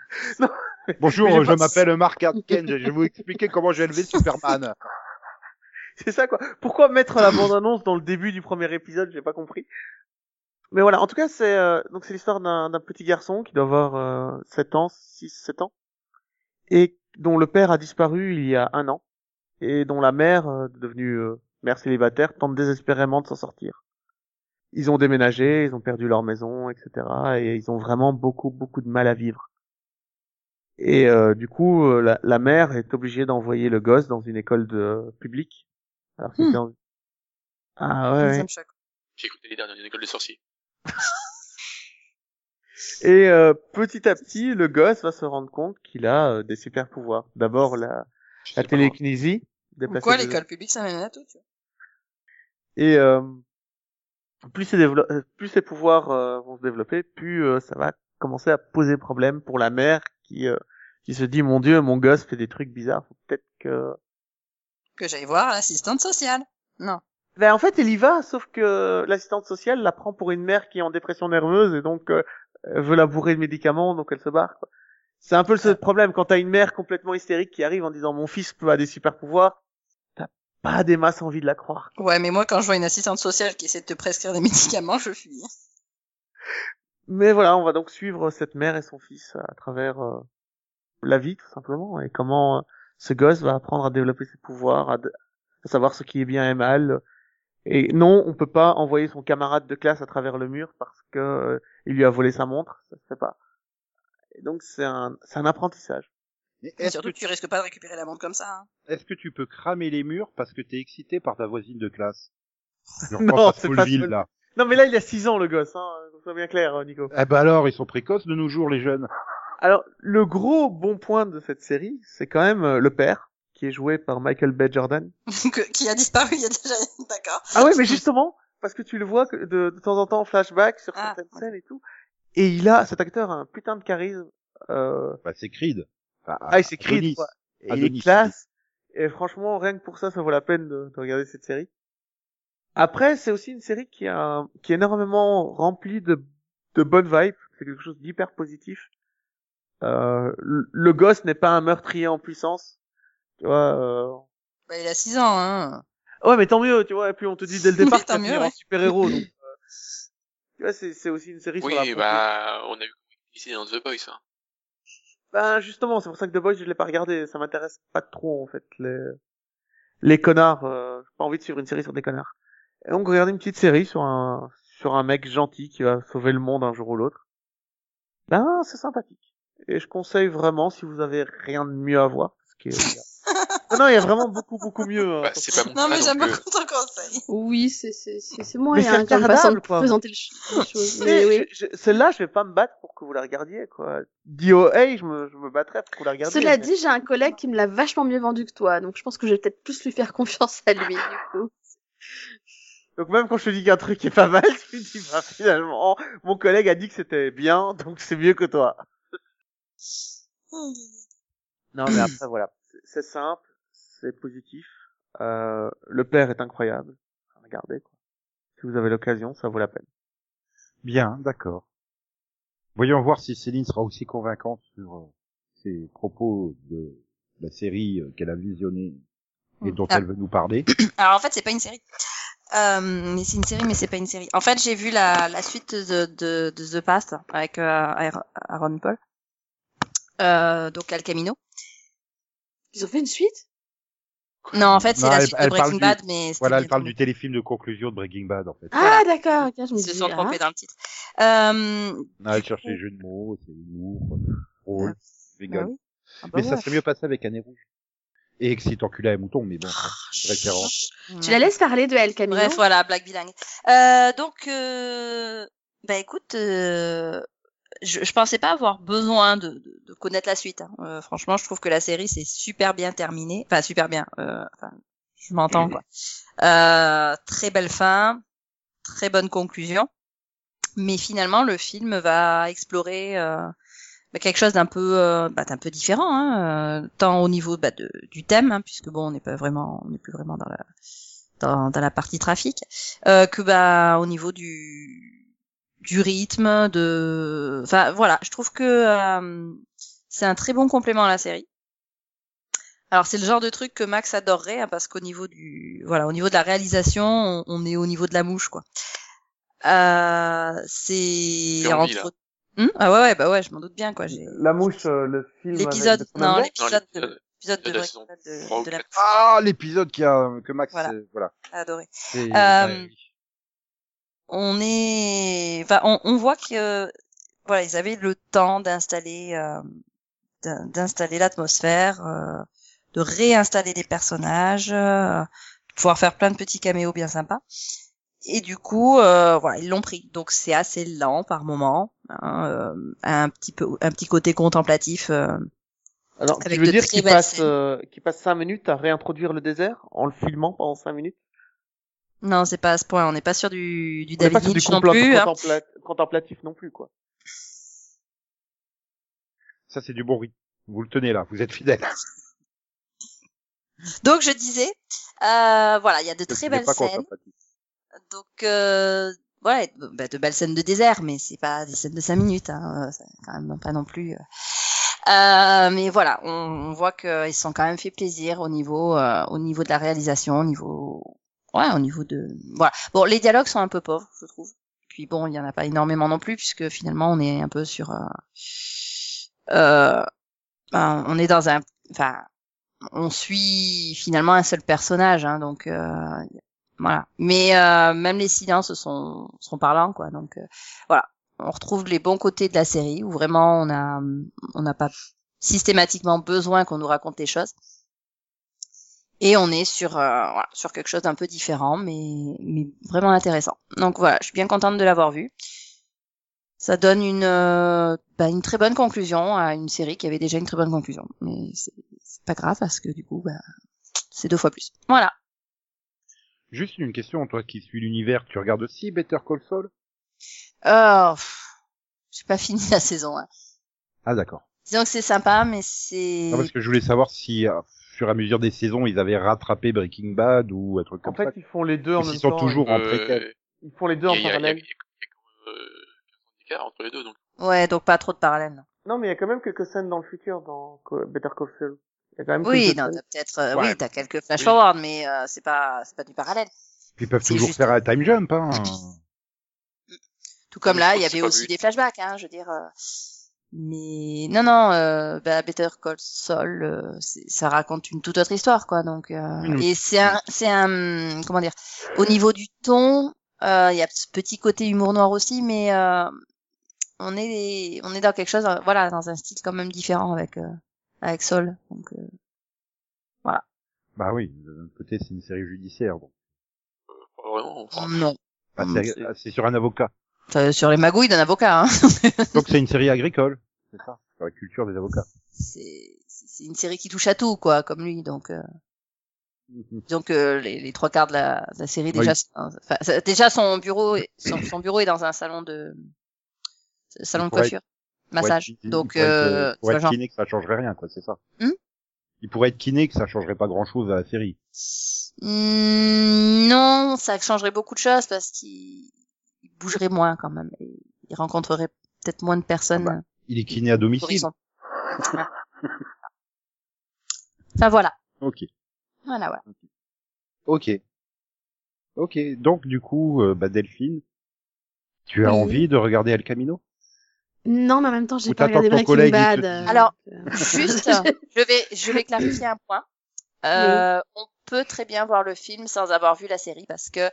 S5: [LAUGHS] Non.
S2: Bonjour,
S5: Mais j'ai
S2: je
S5: pas-
S2: m'appelle Mark
S5: [LAUGHS]
S2: Atkins, je vais vous expliquer comment j'ai élevé Superman.
S5: C'est ça, quoi. Pourquoi mettre la bande-annonce dans le début du premier épisode J'ai pas compris. Mais voilà, en tout cas, c'est euh, donc c'est l'histoire d'un d'un petit garçon qui doit avoir euh, 7 ans, 6, 7 ans, et dont le père a disparu il y a un an, et dont la mère, euh, devenue euh, mère célibataire, tente désespérément de s'en sortir. Ils ont déménagé, ils ont perdu leur maison, etc., et ils ont vraiment beaucoup, beaucoup de mal à vivre. Et euh, du coup, euh, la, la mère est obligée d'envoyer le gosse dans une école de publique. Alors que
S4: Hmm.
S5: c'est en- Ah ouais, ouais.
S4: Ça me choque.
S6: J'ai écouté les dernières écoles de sorciers.
S5: Et euh, petit à petit, le gosse va se rendre compte qu'il a euh, des super pouvoirs. D'abord la,
S6: Je
S5: la
S6: sais pas comment.
S5: télékinésie,
S4: Pourquoi
S5: déplacer des-
S4: l'école publique, ça mène à tout, tu vois.
S5: Et euh, plus ses dévelop- euh, plus ses pouvoirs euh, vont se développer, plus euh, ça va commencer à poser problème pour la mère qui euh, qui se dit mon Dieu, mon gosse fait des trucs bizarres. Faut peut-être que
S4: Que j'aille voir l'assistante sociale. Non.
S5: Ben en fait, elle y va, sauf que l'assistante sociale la prend pour une mère qui est en dépression nerveuse et donc euh, elle veut la bourrer de médicaments, donc elle se barre. quoi. C'est un peu le seul problème quand t'as une mère complètement hystérique qui arrive en disant mon fils peut a des super pouvoirs. T'as pas des masses envie de la croire.
S4: Ouais, mais moi, quand je vois une assistante sociale qui essaie de te prescrire des [LAUGHS] médicaments, je fuis.
S5: Mais voilà, on va donc suivre cette mère et son fils à travers euh, la vie tout simplement et comment euh, ce gosse va apprendre à développer ses pouvoirs, à, de- à savoir ce qui est bien et mal. Et non, on peut pas envoyer son camarade de classe à travers le mur parce que euh, il lui a volé sa montre, ça se fait pas. Et donc c'est un c'est un apprentissage.
S2: Mais
S4: Et
S2: Est-ce que,
S4: surtout, tu risques pas de récupérer la montre comme ça. hein. [LAUGHS]
S2: est-ce que tu peux cramer les murs parce que t'es excité par ta voisine de classe
S5: [LAUGHS]
S2: Je
S5: Non,
S2: repense à
S5: c'est pas
S2: Smallville,
S5: Smallville.
S2: là.
S5: Non mais là il a 6 ans le gosse hein, qu'on soit bien clair euh, Nico.
S2: Eh ben alors, ils sont précoces de nos jours, les jeunes.
S5: Alors le gros bon point de cette série, c'est quand même euh, le père qui est joué par Michael Bay Jordan.
S4: Que- qui a disparu il y a déjà... [LAUGHS] D'accord.
S5: Ah ouais, mais justement, parce que tu le vois que de, de temps en temps en flashback sur
S4: Ah.
S5: certaines scènes et tout. Et il a, cet acteur, a un putain de charisme. Euh,
S2: Bah, c'est Creed. Enfin,
S5: ah, il s'est
S2: Adonis.
S5: Creed, quoi. Et il
S2: Adonis.
S5: est classe. Et franchement, rien que pour ça, ça vaut la peine de, de regarder cette série. Après, c'est aussi une série qui, a, qui est énormément remplie de, de bonnes vibes. C'est quelque chose d'hyper positif. Euh, le, le gosse n'est pas un meurtrier en puissance. Tu vois, euh,
S4: Bah, il a 6 ans, hein.
S5: Ouais, mais tant mieux, tu vois. Et puis on te dit
S4: [LAUGHS]
S5: dès le départ
S4: Mais
S5: que
S4: tant
S5: t'as
S4: mieux,
S5: fini en
S4: ouais.
S5: super-héros. donc, euh, tu vois, c'est, c'est aussi une série sur la
S6: Oui,
S5: propre-
S6: bah, on a vu ici dans The Boys, hein.
S5: Ben, justement, c'est pour ça que The Boys, je l'ai pas regardé. Ça m'intéresse pas trop, en fait, les, les connards. euh, J'ai pas envie de suivre une série sur des connards. Et donc, regarder une petite série sur un, sur un mec gentil qui va sauver le monde un jour ou l'autre. Ben, c'est sympathique. Et je conseille vraiment, si vous avez rien de mieux à voir, parce
S4: [LAUGHS]
S5: que, non, non, il y a vraiment beaucoup, beaucoup mieux. hein.
S6: Bah, c'est pas mon
S2: Ah,
S4: Non, mais
S6: cas
S4: j'aime
S6: donc, euh,
S4: beaucoup ton conseil.
S3: Oui, c'est c'est c'est c'est
S5: Mais
S3: moyen
S5: c'est
S3: comme
S5: regardable,
S3: façon de
S5: quoi.
S3: présenter le ch- les choses.
S5: Mais
S3: Mais oui.
S5: je- je- Celle-là, je vais pas me battre pour que vous la regardiez, quoi. DOA, je me, je me battrais pour que vous la regardiez.
S3: Cela
S5: mais-
S3: dit, j'ai un collègue qui me l'a vachement mieux vendu que toi, donc je pense que je vais peut-être plus lui faire [LAUGHS] confiance à lui, du coup.
S5: Donc même quand je te dis qu'un truc est pas mal, [LAUGHS] tu te dis, bah, finalement, mon collègue a dit que c'était bien, donc c'est mieux que toi. Non, mais après, voilà. C'est- C'est simple, c'est positif. Euh, le père est incroyable. Regardez, quoi. Si vous avez l'occasion, ça vaut la peine.
S2: Bien, d'accord. Voyons voir si Céline sera aussi convaincante sur euh, ses propos de la série euh, qu'elle a visionnée et
S4: Mm.
S2: dont
S4: Ah.
S2: elle veut nous
S4: [COUGHS]
S2: parler.
S4: Alors en fait, c'est pas une série. Euh, mais c'est une série, mais c'est pas une série. En fait, j'ai vu la, la suite de, de, de The Past avec euh, Aaron- Aaron Paul, euh, donc El Camino.
S3: Ils ont fait une suite
S4: Non, en fait, c'est
S2: Non,
S4: la
S2: elle-
S4: suite
S2: elle
S4: de Breaking
S2: parle du-
S4: Bad, mais c'était
S2: Voilà, elle
S4: bien
S2: parle
S4: tombé.
S2: du téléfilm de conclusion de Breaking Bad, en fait.
S3: Ah d'accord, ok, je me
S4: Ils se
S3: dis,
S4: sont
S3: ah.
S4: trompés dans le titre. Euh,
S2: Non, elle cherche les jeux de mots, c'est humour, drôle,
S4: Ah, bah
S2: vegan.
S4: oui. Ah bah
S2: Mais
S4: ouais.
S2: ça serait mieux passé avec Année Rouge. Et excitant cul à mouton, mais bon,
S4: Ah.
S2: c'est une référence.
S3: Tu la laisses parler de El Camino
S4: Bref, voilà, blague bilingue. Euh, donc, euh, bah écoute, euh, je, je pensais pas avoir besoin de, de, de connaître la suite. hein. Euh, franchement, je trouve que la série c'est super bien terminée, enfin super bien. euh, enfin, je m'entends quoi. Euh, très belle fin, très bonne conclusion. Mais finalement, le film va explorer euh, bah, quelque chose d'un peu, euh, bah, d'un peu différent, hein, euh, tant au niveau bah, de, du thème, hein, puisque bon, on n'est pas vraiment, on n'est plus vraiment dans la dans, dans la partie trafic, euh, que bah au niveau du du rythme, de, enfin voilà, je trouve que euh, c'est un très bon complément à la série. Alors c'est le genre de truc que Max adorerait hein, parce qu'au niveau du voilà au niveau de la réalisation, on, on est au niveau de la mouche quoi. Euh, c'est
S6: J'ai envie,
S4: Hum ah ouais, ouais bah ouais je m'en doute bien quoi. j'ai-
S5: La mouche, euh, le film. avec
S4: L'épisode
S5: Jason
S4: non
S5: Bateman.
S4: l'épisode
S6: Non,
S4: de l'épisode de,
S6: l'épisode de la
S4: Breaking
S6: saison
S4: Bad de-
S6: trois ou
S4: de la
S6: quatre.
S2: Ah, l'épisode qui a, que Max,
S4: Voilà.
S2: euh, voilà.
S4: adoré.
S2: C'est-
S4: Euh,
S2: ouais, oui.
S4: on est, enfin, on, on voit que voilà, ils avaient le temps d'installer, euh, d'in- d'installer l'atmosphère, euh, de réinstaller des personnages, euh, de pouvoir faire plein de petits caméos bien sympas. Et du coup, euh, voilà, ils l'ont pris. Donc c'est assez lent par moment, hein, euh, un petit peu, un petit côté contemplatif. euh.
S5: Alors, tu
S4: Avec
S5: veux
S4: de
S5: dire
S4: très
S5: qu'il
S4: belles
S5: passe,
S4: scènes.
S5: euh, qu'il passe 5 minutes à réintroduire le désert en le filmant pendant 5 minutes?
S4: Non, c'est pas à ce point. On n'est pas sûr du, du
S5: On n'est
S4: David
S5: pas sur du
S4: Lynch non
S5: complot-
S4: plus. hein.
S5: contempla- contemplatif non plus, quoi.
S2: Ça, c'est du bon rythme. Vous le tenez là, vous êtes fidèle.
S4: Donc je disais, euh, voilà, il y a de très belles scènes. Donc euh, voilà, de- bah, de belles scènes de désert, mais c'est pas des scènes de cinq minutes, hein, euh, c'est quand même pas non plus. euh. Euh, mais voilà, on, on voit qu'ils se sont quand même fait plaisir au niveau, euh, au niveau de la réalisation, au niveau, ouais, au niveau de, voilà. Bon, les dialogues sont un peu pauvres, je trouve. Puis bon, il y en a pas énormément non plus, puisque finalement on est un peu sur, euh, euh, ben, on est dans un, enfin, on suit finalement un seul personnage, hein, donc euh, voilà. Mais euh, même les silences sont, sont parlants, quoi. Donc euh, voilà, on retrouve les bons côtés de la série où vraiment on a on n'a pas systématiquement besoin qu'on nous raconte les choses. Et on est sur euh, voilà, sur quelque chose d'un peu différent, mais mais vraiment intéressant. Donc voilà, je suis bien contente de l'avoir vu. Ça donne une euh, bah, une très bonne conclusion à une série qui avait déjà une très bonne conclusion. Mais c'est c'est pas grave parce que du coup, bah, c'est deux fois plus. Voilà.
S2: Juste une question, toi qui suis l'univers, tu regardes aussi Better Call Saul
S4: Oh, pff, j'ai pas [LAUGHS] fini la saison. Hein.
S2: Ah d'accord.
S4: Disons que c'est sympa, mais c'est.
S2: Non, Ah, parce que je voulais savoir si, euh, au fur et à mesure des saisons, ils avaient rattrapé Breaking Bad ou un truc
S5: En
S2: comme
S5: fait,
S2: ça.
S5: ils font les deux en
S2: Ou
S5: même
S2: s'ils sont
S5: temps.
S2: toujours en préquel.
S6: euh,
S5: Ils font les
S6: il
S5: deux
S6: y
S5: en
S6: a- il y a- il y a- il
S5: parallèle.
S6: y a- il y a- euh, 15 d'écart entre les deux, donc
S4: Ouais, donc pas trop de parallèles. non.
S5: Non, mais il y a quand même quelques scènes dans le futur dans Co- Better Call Saul. Il y a quand même
S4: Oui,
S5: quelques
S4: non,
S5: scènes.
S4: t'as peut-être, euh,
S6: Ouais.
S4: oui, t'as quelques flash
S6: Oui.
S4: forward, mais euh, c'est pas, c'est pas du parallèle.
S2: Puis ils peuvent
S4: C'est
S2: toujours
S4: juste-
S2: faire un time jump. Hein.
S4: Tout comme
S6: Je
S4: là,
S6: crois
S4: il y
S6: que c'est
S4: avait
S6: pas
S4: aussi
S6: vu.
S4: des flashbacks, hein, je veux dire. euh, Mais non, non, euh, bah, Better Call Saul, euh, c'est- ça raconte une toute autre histoire, quoi. Donc, euh,
S2: Oui, oui.
S4: et c'est un, c'est un, comment dire, au niveau du ton, euh, il y a ce petit côté humour noir aussi, mais euh, on est, on est dans quelque chose, euh, voilà, dans un style quand même différent avec, euh, avec Saul. Donc, euh,
S2: Bah oui, d'un autre côté, c'est une série judiciaire. Bon.
S6: Pas vraiment. enfin,
S4: non,
S2: Bah,
S4: Hum,
S2: c'est-
S6: c'est-
S2: c'est sur un avocat.
S4: Enfin, sur les magouilles d'un avocat. Hein. [LAUGHS]
S2: Donc c'est une série agricole. C'est ça. Sur la culture des avocats.
S4: c'est c'est une série qui touche à tout quoi comme lui donc euh, disons que les, les trois quarts de la, de la série déjà c'est un- enfin, ça- déjà son bureau est- son, son bureau est dans un salon de salon de
S2: pourrait
S4: coiffure massage
S2: Pour être-
S4: donc
S2: pour être,
S4: euh,
S2: pour
S4: tu vois,
S2: être
S4: genre,
S2: kiné que ça changerait rien, quoi, c'est ça.
S4: Hum
S2: il pourrait être kiné que ça changerait pas grand chose à la série.
S4: Mm, non ça changerait beaucoup de choses parce qu'il il bougerait moins quand même et il rencontrerait peut-être moins de personnes
S2: Ah Il est kiné à
S4: pour
S2: domicile.
S4: horizon enfin voilà
S2: Ok.
S4: voilà voilà
S2: Ok. Ok. Donc du coup, euh, bah Delphine, tu as
S3: Oui.
S2: envie de regarder El Camino
S3: Non, mais en même temps, j'ai
S2: Ou
S3: pas
S2: t'attends
S3: regardé
S2: que ton
S3: Breaking
S2: collègue, il te
S3: Bad.
S2: dise.
S3: euh,
S4: Alors,
S3: donc, euh,
S4: [LAUGHS] Juste, je vais, je vais clarifier un point. Euh, On peut très bien voir le film sans avoir vu la série parce que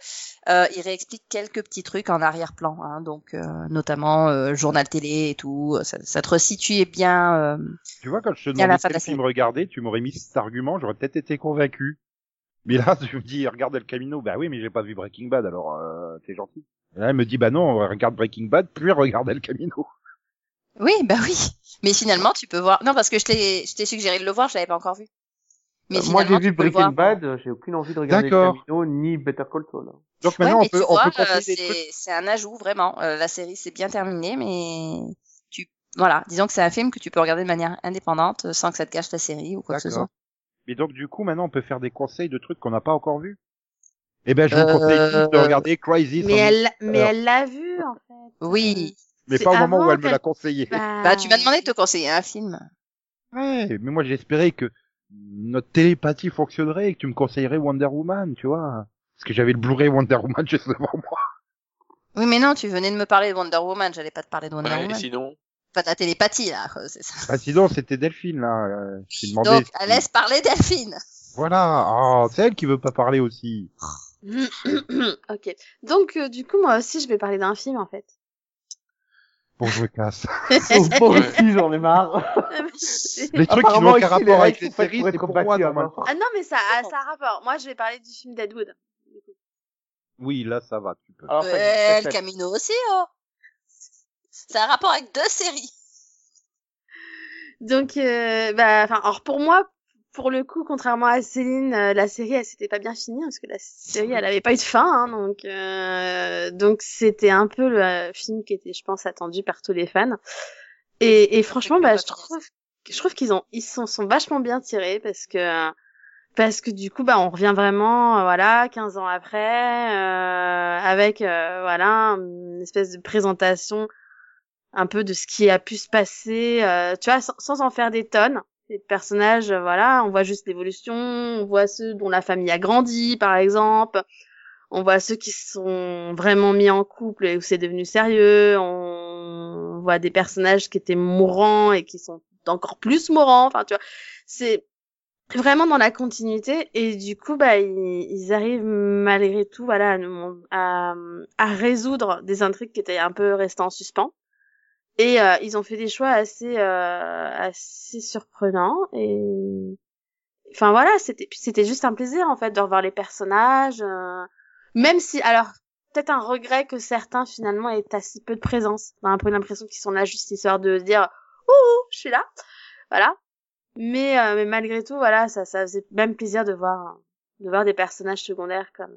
S4: euh, il réexplique quelques petits trucs en arrière-plan, hein, donc euh, notamment euh, journal télé et tout. Euh, Ça, ça te resitue bien. euh,
S2: Tu vois, quand je te
S4: Bien à la
S2: demandais
S4: fin de
S2: quel
S4: la série.
S2: film regarder, tu m'aurais mis cet argument, j'aurais peut-être été convaincu. Mais là, tu me dis, regarde El Camino. Bah oui, mais j'ai pas vu Breaking Bad, alors euh, t'es gentil. Et là, elle me dit, bah non, regarde Breaking Bad, puis regarde El Camino.
S4: Oui, bah oui. Mais finalement, tu peux voir. Non, parce que je t'ai, je t'ai suggéré de le voir, je l'avais pas encore vu. Mais
S5: Euh, moi, j'ai
S4: finalement,
S5: vu
S4: tu peux le voir.
S5: Breaking Bad, euh, j'ai aucune envie de regarder
S2: D'accord.
S5: Camino ni Better Call Saul. hein.
S2: Donc
S4: Ouais,
S2: maintenant,
S4: mais
S2: on peut,
S4: tu
S2: on
S4: vois,
S2: peut
S4: euh,
S2: conseiller des trucs.
S4: c'est c'est un ajout vraiment. Euh, la série c'est bien terminée, mais tu voilà, disons que c'est un film que tu peux regarder de manière indépendante euh, sans que ça te gâche la série ou quoi que ce soit.
S2: D'accord. Mais donc du coup, maintenant, on peut faire des conseils de trucs qu'on n'a pas encore vus. Eh ben, je vous
S4: Euh,
S2: conseille tous de regarder Crisis,
S3: mais
S2: on-
S3: elle, mais
S2: Alors.
S3: elle l'a vu, en fait.
S4: Oui.
S2: mais
S3: c'est
S2: pas au moment où
S3: avant
S2: elle me
S3: qu'elle-
S2: l'a conseillé.
S4: Bah tu m'as demandé de te conseiller un film.
S2: Ouais, mais moi j'espérais que notre télépathie fonctionnerait et que tu me conseillerais Wonder Woman, tu vois. Parce que j'avais le Blu-ray Wonder Woman [LAUGHS] juste devant moi.
S4: Oui, mais non, tu venais de me parler de Wonder Woman, j'allais pas te parler de Wonder
S6: ouais, et
S4: Woman.
S6: sinon,
S4: Pas de la télépathie là, euh, c'est ça.
S2: Ah, sinon, c'était Delphine, là. euh, Je t'ai demandé.
S4: Donc,
S2: si-
S4: elle laisse parler Delphine.
S2: Voilà. Oh, c'est elle qui veut pas parler aussi.
S3: [CLEARS THROAT] ok. Donc, euh, du coup, moi aussi, je vais parler d'un film, en
S4: [LAUGHS]
S3: fait.
S2: Bon, je me casse.
S5: Oh, pauvre
S6: Ouais.
S5: fille, j'en ai marre.
S2: Les trucs qui n'ont
S5: Apparemment,
S2: aucun
S5: ici, les
S2: rapport avec
S5: règles
S2: les
S5: sont faites
S2: séries,
S5: pour
S2: c'est
S5: être
S2: pour
S5: battues
S2: moi,
S5: à
S2: normalement.
S5: mort.
S3: ah non, mais ça, a- ça a rapport. Moi, je vais parler du film Deadwood.
S2: Oui, là, ça va, tu peux.
S5: Alors, faites-
S4: Euh,
S5: faites-
S4: le Camino aussi, oh. C'est un rapport avec deux séries.
S3: Donc, euh, bah, enfin, alors pour moi, pour le coup, contrairement à Céline, euh, la série, elle s'était pas bien finie hein, parce que la série, elle avait pas eu de fin, hein, donc euh, donc c'était un peu le euh, film qui était, je pense, attendu par tous les fans. Et, et franchement, bah, je trouve, je trouve qu'ils ont, ils sont, sont vachement bien tirés parce que parce que du coup, bah, on revient vraiment, euh, voilà, 15 ans après, euh, avec euh, voilà une espèce de présentation un peu de ce qui a pu se passer, euh, tu vois, sans, sans en faire des tonnes. Les personnages, euh, voilà, on voit juste l'évolution, on voit ceux dont la famille a grandi, par exemple, on voit ceux qui se sont vraiment mis en couple et où c'est devenu sérieux, on voit des personnages qui étaient mourants et qui sont encore plus mourants, enfin, tu vois, c'est vraiment dans la continuité et du coup, bah, ils, ils arrivent malgré tout, voilà, à, nous- à, à résoudre des intrigues qui étaient un peu restées en suspens. Et euh, ils ont fait des choix assez euh, assez surprenants et enfin voilà, c'était puis c'était juste un plaisir en fait de revoir les personnages euh, même si alors peut-être un regret que certains finalement aient assez peu de présence. On a un peu l'impression qu'ils sont là juste histoire de se dire ouh, je suis là. Voilà. Mais euh, mais malgré tout, voilà, ça ça faisait même plaisir de voir de voir des personnages secondaires comme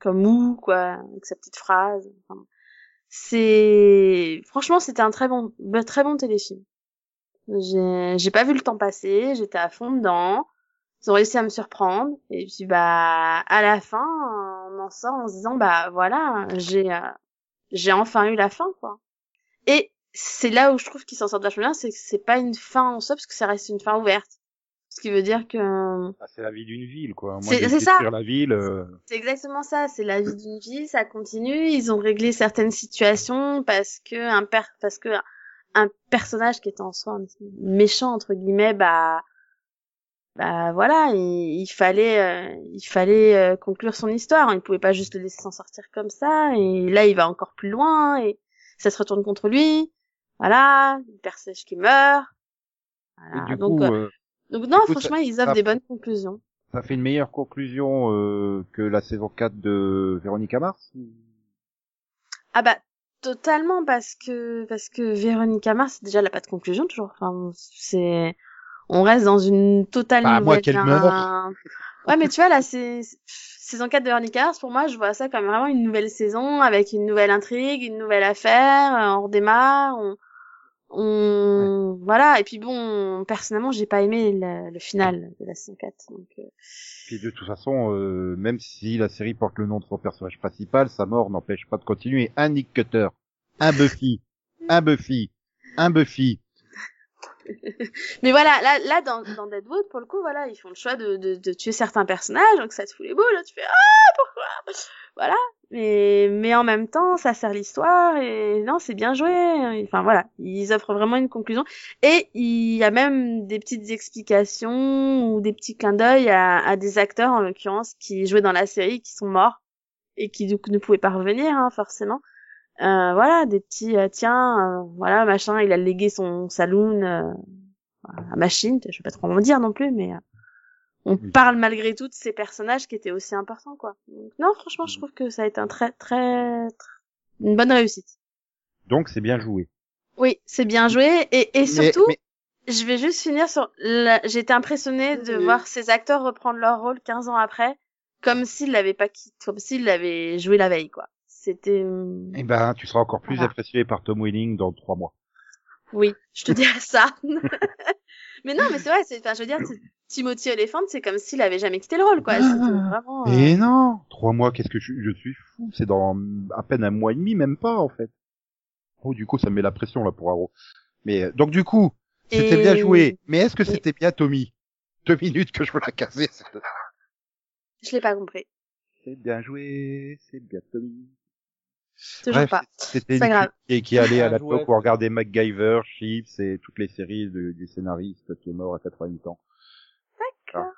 S3: comme Ou quoi, avec sa petite phrase. Enfin, c'est franchement c'était un très bon un très bon téléfilm j'ai j'ai pas vu le temps passer j'étais à fond dedans ils ont réussi à me surprendre et puis bah à la fin on en sort en se disant bah voilà j'ai euh, j'ai enfin eu la fin quoi et c'est là où je trouve qu'ils s'en sortent vachement bien c'est que c'est pas une fin en soi parce que ça reste une fin ouverte ce qui veut dire que
S2: Ah, c'est la vie d'une ville, quoi. Moi,
S3: C'est-
S2: j'ai
S3: c'est ça.
S2: détruire la ville. euh,
S3: c'est exactement ça, c'est la vie d'une vie, ça continue. Ils ont réglé certaines situations parce que un per- parce que un personnage qui était en soi un petit méchant entre guillemets, bah bah voilà, il, il fallait euh, il fallait euh, conclure son histoire. Il pouvait pas juste le laisser s'en sortir comme ça. Et là, il va encore plus loin et ça se retourne contre lui. Voilà, le personnage qui meurt. Voilà,
S2: Et du
S3: donc,
S2: coup,
S3: euh,
S2: euh,
S3: donc non,
S2: du coup, ça-
S3: franchement, ils offrent
S2: ça-
S3: des bonnes conclusions.
S2: ça fait une meilleure conclusion euh, que la saison 4 de Véronica Mars.
S3: Ah bah totalement parce que parce que Véronica Mars déjà elle a pas de conclusion toujours. Enfin c'est on reste dans une totale
S2: Bah, à moins
S3: nouvelle-
S2: qu'elle
S3: un-
S2: meure.
S3: Ouais mais tu vois là c'est c'est- saison 4 de Véronica Mars pour moi je vois ça comme vraiment une nouvelle saison avec une nouvelle intrigue, une nouvelle affaire, euh, on redémarre, on on voilà et puis bon personnellement j'ai pas aimé le, le final de la saison 4 donc euh,
S2: Puis de toute façon, euh, même si la série porte le nom de son personnage principal, sa mort n'empêche pas de continuer. Un Nick Cutter, un Buffy, un Buffy, un Buffy.
S3: Mais voilà, là, là dans, dans Deadwood, pour le coup, voilà, ils font le choix de, de, de tuer certains personnages, donc ça te fout les boules, là, tu fais ah pourquoi Voilà. Mais mais en même temps, ça sert l'histoire et non, c'est bien joué. Enfin voilà, ils offrent vraiment une conclusion et il y a même des petites explications ou des petits clins d'œil à, à des acteurs en l'occurrence qui jouaient dans la série qui sont morts et qui donc ne pouvaient pas revenir hein, forcément. Euh, voilà, des petits euh, tiens, euh, voilà machin, il a légué son saloon. euh, la machine, je vais pas trop en dire non plus, mais euh, on
S2: Oui.
S3: parle malgré tout de ces personnages qui étaient aussi importants, quoi. Donc, non, franchement,
S2: Mm.
S3: je trouve que ça a été un très, très, très- une bonne réussite.
S2: Donc c'est bien joué.
S3: Oui, c'est bien joué, et, et
S2: Mais-
S3: surtout,
S2: mais-
S3: je vais juste finir sur, la- j'ai été impressionnée de
S5: Oui.
S3: voir ces acteurs reprendre leur rôle 15 ans après, comme s'ils l'avaient pas quitté, comme s'ils l'avaient joué la veille, quoi. C'était, euh,
S2: Eh ben, tu seras encore plus
S3: Voilà.
S2: apprécié par Tom Welling dans trois mois.
S3: Oui, je te
S2: [LAUGHS]
S3: dirais ça. [LAUGHS] mais non, mais c'est vrai, c'est, enfin, je veux dire, c'est- Timothy Oliphant, c'est comme s'il avait jamais quitté le rôle, quoi. C'était vraiment. euh,
S2: Ah. Et non, trois mois, qu'est-ce que je, je suis fou C'est dans à peine un mois et demi, même pas en fait. Oh, du coup, ça me met la pression là pour Arrow. Mais euh, donc du coup, c'était
S3: Et-
S2: bien joué. Mais est-ce que
S3: Oui.
S2: c'était bien Tommy Deux minutes que je veux la casser. cette-
S3: Je l'ai pas compris.
S2: C'est bien joué, c'est bien Tommy.
S3: Toujours
S2: Bref,
S3: pas.
S2: C'était une
S3: pas grave.
S2: fille qui, qui allait à
S5: Ah,
S2: la
S5: ouais.
S2: toque où regarder MacGyver, Chips et toutes les séries de- du scénariste qui est mort à 88 ans. D'accord.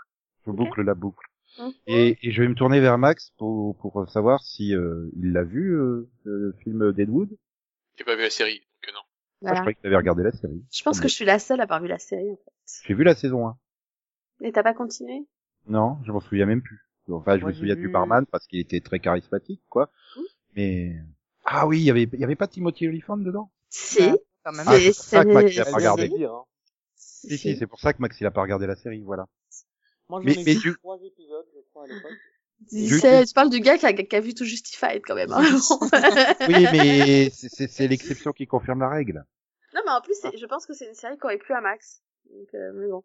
S2: Je boucle la boucle.
S3: Mhm.
S2: Et, et je vais me tourner vers Max pour, pour savoir si euh, il l'a vu euh, le film Deadwood.
S6: J'ai pas vu la série, donc euh, non.
S2: Ah, je
S3: Voilà.
S2: croyais que tu avais regardé la série.
S3: Je pense que je suis la seule à avoir vu la série. en fait.
S2: J'ai vu la saison 1.
S3: Et t'as pas continué
S2: Non, je m'en souviens même plus. Enfin, je
S5: Moi,
S2: me
S5: j'ai
S2: souviens
S5: vu-
S2: du barman parce qu'il était très charismatique, quoi.
S3: Mhm.
S2: Mais ah oui, il y avait il y avait pas Timothy Olyphant dedans.
S3: Si.
S4: Bah, quand même.
S2: Ah, c'est pour ça que Max, il a pas
S5: Elle vient de
S2: regardé.
S5: le dire, hein.
S2: Si si, c'est pour ça que Max il a pas regardé la série, voilà.
S5: Moi, j'en
S2: Mais-
S5: ai
S2: mais
S5: vu
S2: tu-
S5: trois épisodes, je crois, à l'époque.
S2: Juste-
S3: C'est- Tu parles du gars qui a, qui a vu tout Justified quand même. hein. [LAUGHS]
S2: Oui, mais c'est- c'est c'est l'exception qui confirme la règle.
S3: non, mais en plus,
S2: Ah.
S3: c'est- je pense que c'est une série qui aurait plu à Max. Donc, euh, mais bon.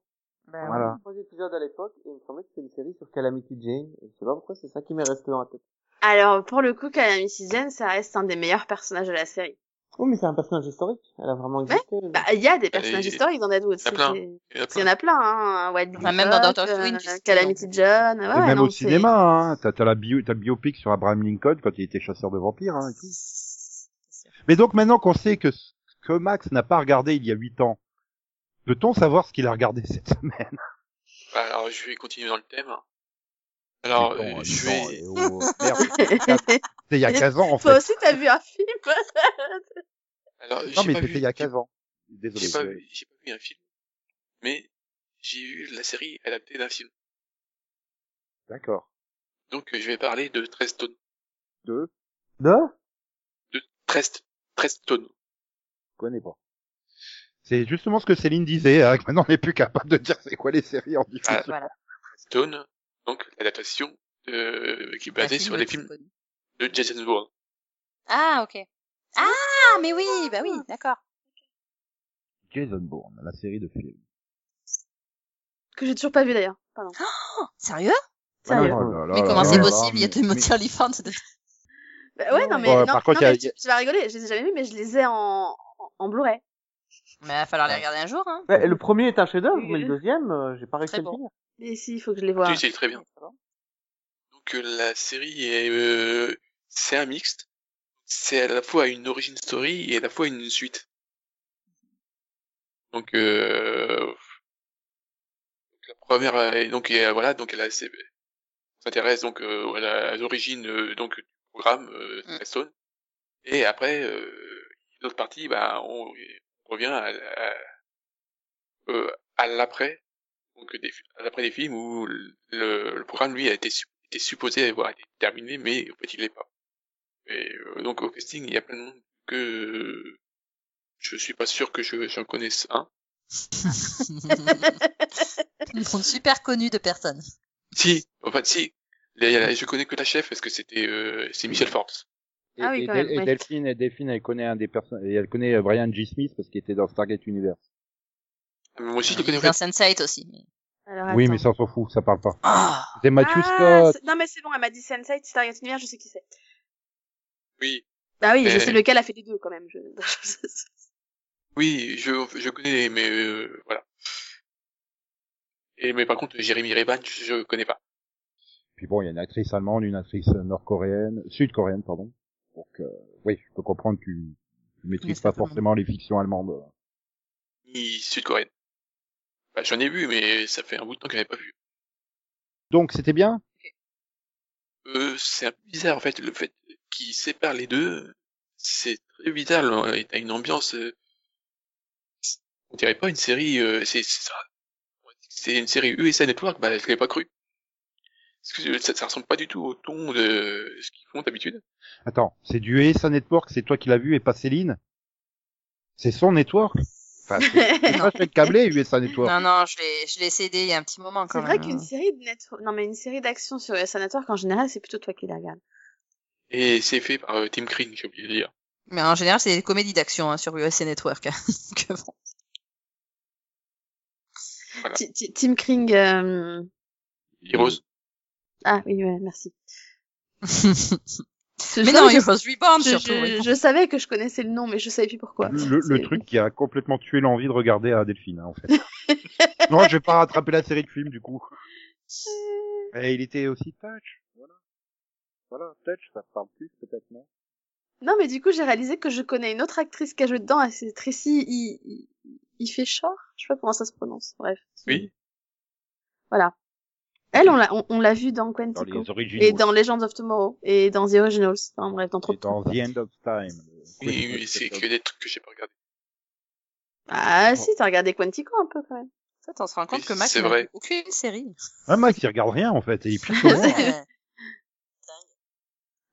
S6: Bah,
S5: Ben,
S2: Voilà.
S5: voilà. Trois épisodes à l'époque, et il me semblait que c'était une série sur Calamity Jane. Et je sais pas pourquoi, c'est ça qui m'est resté dans la tête.
S3: Alors, pour le coup, Calamity Jane, ça reste un des meilleurs personnages de la série.
S5: Oui, Oh, mais c'est un personnage historique. Elle a vraiment existé. elle.
S3: Bah, il y a des personnages
S6: Et-
S3: historiques dans Deadwood.
S6: y en a plein.
S3: c'est-
S6: Il y
S3: Il
S6: en a
S3: y
S6: plein.
S3: en a plein, hein. Wild
S4: Enfin, même dans
S3: Billboard,
S4: Doctor Strange,
S3: euh,
S4: justement.
S3: Calamity John. ouais,
S2: Et même
S3: non,
S2: au
S3: c'est-
S2: cinéma, hein. T'as, t'as la bio, t'as le biopic sur Abraham Lincoln quand il était chasseur de vampires, hein, et tout. Mais donc maintenant qu'on sait que ce que Max n'a pas regardé il y a huit ans, peut-on savoir ce qu'il a regardé cette semaine?
S6: Bah, alors, je vais continuer dans le thème. hein. [LAUGHS] Alors,
S2: Huit ans,
S6: euh,
S2: huit
S6: je
S2: ans,
S6: vais...
S2: et oh, merde, c'était il
S3: [LAUGHS]
S2: y a 15 ans, en
S3: Toi
S2: fait.
S3: aussi, t'as vu un film [LAUGHS]
S6: Alors,
S2: Non,
S6: j'ai
S2: mais
S6: pas
S2: c'était
S6: vu-
S2: il y a 15 ans. Désolé.
S6: J'ai pas,
S2: je-
S6: vu- j'ai pas vu un film, mais j'ai vu la série adaptée d'un film.
S2: D'accord.
S6: Donc, euh, je vais parler de 13 tonnes.
S2: Deux,
S5: De?
S6: 13, 13 tonnes.
S2: je connais pas. C'est justement ce que Céline disait, hein, que maintenant on n'est plus capable de dire c'est quoi les séries en diffusion.
S6: Ah. Stone, donc l'adaptation de- qui est basée sur les films de Jason Bourne.
S4: Ah, ok. Ah, mais oui, bah oui, d'accord.
S2: Jason Bourne, la série de films.
S3: Que j'ai toujours pas vu d'ailleurs. Pardon.
S4: Sérieux
S3: Sérieux.
S2: Oh là là
S4: Mais
S2: là
S4: comment
S2: là
S4: c'est
S2: là,
S4: possible Il y a
S2: mais-
S4: Timothy Olyphant. dedans.
S3: Bah ouais, non, mais,
S2: Ouais,
S3: non,
S2: par
S3: non,
S2: contre,
S3: mais
S2: y a-
S3: tu, tu vas rigoler, je les ai jamais vus, mais je les ai en, en, en Blu-ray.
S4: Mais il va falloir les regarder un jour,
S5: [LAUGHS]
S4: hein.
S5: Ouais, et le premier est un chef-d'œuvre,
S3: Oui.
S5: mais le deuxième, euh, j'ai pas réussi
S4: Très
S5: à le
S4: bon.
S5: finir.
S3: Mais si, il faut que je les vois.
S6: Oui, c'est très bien. Donc euh, la série est, euh, c'est un mixte. C'est à la fois une origin story et à la fois une suite. Donc, euh, donc la première, euh, et donc et, euh, voilà, donc elle a ses- s'intéresse donc euh, à la- à l'origine euh, donc du programme euh,
S4: Mm.
S6: Stone. Et après, euh, l'autre partie, bah, on, on revient à, à, euh, à l'après, donc des, fi- à l'après des films où le, le programme lui a été, su- était supposé avoir été terminé, mais en fait il l'est pas. Et euh, donc au casting, il y a plein de monde que euh, je suis pas sûr que je j'en connaisse un.
S4: Ils sont super connus de personnes.
S6: Si, en fait, si. Il y a- je connais que la chef parce que c'était euh, c'est Michel Forbes.
S2: Et,
S3: Ah oui,
S2: et
S3: quand même,
S2: Del- et
S3: ouais.
S2: Delphine, et Delphine, elle connaît un des perso- et elle connaît euh, Brian G. Smith parce qu'il était dans Stargate Universe.
S6: Mais Moi aussi, je le connais.
S4: Dans Sense8 aussi. mais-
S3: Alors,
S2: Oui,
S3: Ah, attends.
S2: mais ça on s'en fout, ça parle pas.
S4: Ah
S2: C'est Matthew
S3: Ah,
S2: Scott.
S3: c'est- non mais c'est bon, elle m'a dit Sense8, Stargate Univers, je sais qui c'est.
S6: Oui,
S3: Bah oui, je
S6: Mais-
S3: sais lequel a fait les deux quand même. Je... [LAUGHS]
S6: oui, je je connais, mais euh, voilà. Et mais par contre, Jérémy Reban, je, je connais pas.
S2: Puis bon, il y a une actrice allemande, une actrice nord-coréenne, sud-coréenne, pardon. Donc, euh, oui, je peux comprendre que tu, tu maîtrises
S4: c'est
S2: pas
S4: pas mon
S2: forcément les fictions allemandes.
S6: Ni sud-coréenne. Bah, j'en ai vu, mais ça fait un bout de temps que j'avais pas vu.
S2: Donc, c'était bien?
S6: Euh, c'est un peu bizarre en fait le fait qu'ils séparent les deux. C'est très bizarre. là, et T'as une ambiance. euh, on dirait pas une série. euh, c'est c'est ça. C'est une série USA Network. Bah, je l'ai pas cru. Parce que ça, ça ressemble pas du tout au ton de ce qu'ils font d'habitude.
S2: Attends, c'est du ESA Network, c'est toi qui l'as vu et pas Céline? C'est son network? Enfin, c'est
S3: [LAUGHS]
S2: c'est pas fait câblé, USA Network.
S4: Non, non, je l'ai, je l'ai cédé il y a un petit moment
S3: C'est
S4: quand
S3: vrai
S4: même.
S3: qu'une série de net... non mais une série d'actions sur les Network en général, c'est plutôt toi qui la regarde.
S6: Et c'est fait par euh, Tim Green, j'ai oublié de dire.
S4: Mais en général, c'est des comédies d'action hein, sur USA Network. [LAUGHS] hein. Donc, euh, bon.
S6: Ah.
S3: Ti- ti- Tim Kring. euh,
S6: Heroes.
S3: Ah oui, ouais, merci. Ce- [LAUGHS]
S4: Mais
S3: je-
S4: non,
S3: je,
S4: Heroes Reborn
S3: je-
S4: surtout. oui.
S3: je- je savais que je connaissais le nom, mais je savais plus pourquoi.
S2: Le, le
S3: C'est-
S2: truc qui a complètement tué l'envie de regarder à Delphine, hein, en
S3: [LAUGHS]
S2: fait. non, je vais pas rattraper la série de films, du coup.
S3: Euh,
S2: Et il était aussi touch, voilà. Voilà, touch, ça parle plus, peut-être, non?
S3: Non, mais du coup, j'ai réalisé que je connais une autre actrice qui a joué dedans, et c'est Tracy I... I... Ifeshore Je sais pas comment ça se prononce, bref.
S6: Oui.
S3: Voilà. Elle, on l'a on, on l'a vue dans
S2: Dans
S3: Quantico.
S2: les origines.
S3: Et dans Legends of Tomorrow. Et dans The Originals. Enfin, bref, dans trop
S2: Et
S3: de
S2: dans
S3: trucs.
S2: The End of Time. le-
S6: Oui, oui, c'est que des trucs que j'ai pas regardé.
S2: Oh.
S3: Ah si, t'as regardé Quantico un peu quand même.
S4: En fait, on se rend compte
S6: Oui,
S4: que Max
S6: c'est
S4: n'a
S6: vrai.
S4: vu aucune série.
S2: Ah, Max, il regarde rien, en fait, et il pique au
S3: [LAUGHS]
S4: Ouais.
S2: moins.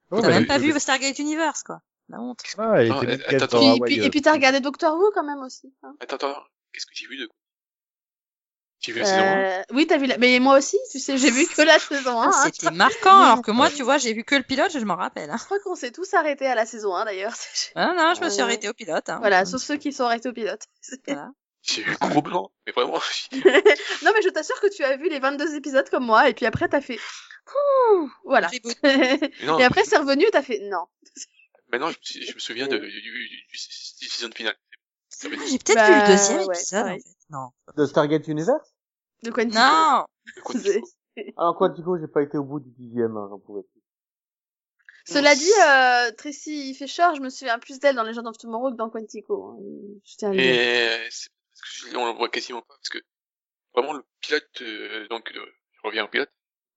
S4: T'as
S2: Ouais, bah,
S4: même pas
S6: je-
S4: vu Stargate Universe, quoi. La honte.
S2: Ah, il
S6: Attends,
S2: était même
S6: attends,
S2: qu'elle
S6: attends.
S2: dans
S3: Puis-
S6: Ah
S2: Hawaii,
S3: puis-
S2: euh,
S3: et puis t'as regardé Doctor Who quand même aussi. hein.
S6: Attends, attends, qu'est-ce que j'ai vu de J'ai vu la saison 1.
S3: Euh, oui, t'as vu la... Mais moi aussi, tu sais, j'ai
S2: [LAUGHS]
S3: vu que la saison 1.
S4: Ah,
S3: hein. Je
S4: C'était marquant, alors que moi, tu vois, j'ai vu que le pilote, je m'en rappelle. Hein.
S3: crois qu'on s'est tous arrêtés à la saison 1 d'ailleurs. [LAUGHS]
S4: Ah, non, je me suis
S3: Euh,
S4: arrêtée au pilote. Hein.
S3: voilà, sauf ceux qui sont arrêtés au pilote. [LAUGHS]
S4: Voilà.
S6: J'ai eu un gros blanc, mais vraiment. [LAUGHS]
S3: non mais je t'assure que tu as vu les 22 épisodes comme moi et puis après t'as fait... Ouh, Voilà.
S4: Reboot.
S3: [LAUGHS] et
S6: Non,
S3: après c'est revenu et t'as fait... Non.
S6: maintenant je me, suis- je me souviens de, du, du, du, du season final. Ça va
S4: Ah,
S6: être-
S4: J'ai peut-être
S3: Bah,
S4: vu le deuxième
S3: ouais,
S4: épisode, en
S3: pareil.
S4: fait. [LAUGHS] Non.
S5: De Stargate [LAUGHS] Universe
S3: De Quantico.
S4: Non
S6: le compte
S3: C'est-
S6: du coup.
S5: Alors quoi, du coup, j'ai pas été au bout du dixième, hein, j'en pouvais plus.
S3: Cela dit, euh, Tracy Fisher, je me souviens plus d'elle dans Legends of Tomorrow que dans Quantico. hein. Je tiens à le dire.
S6: Et c'est parce que je- on le voit quasiment pas, parce que vraiment le pilote, euh, donc euh, je reviens au pilote.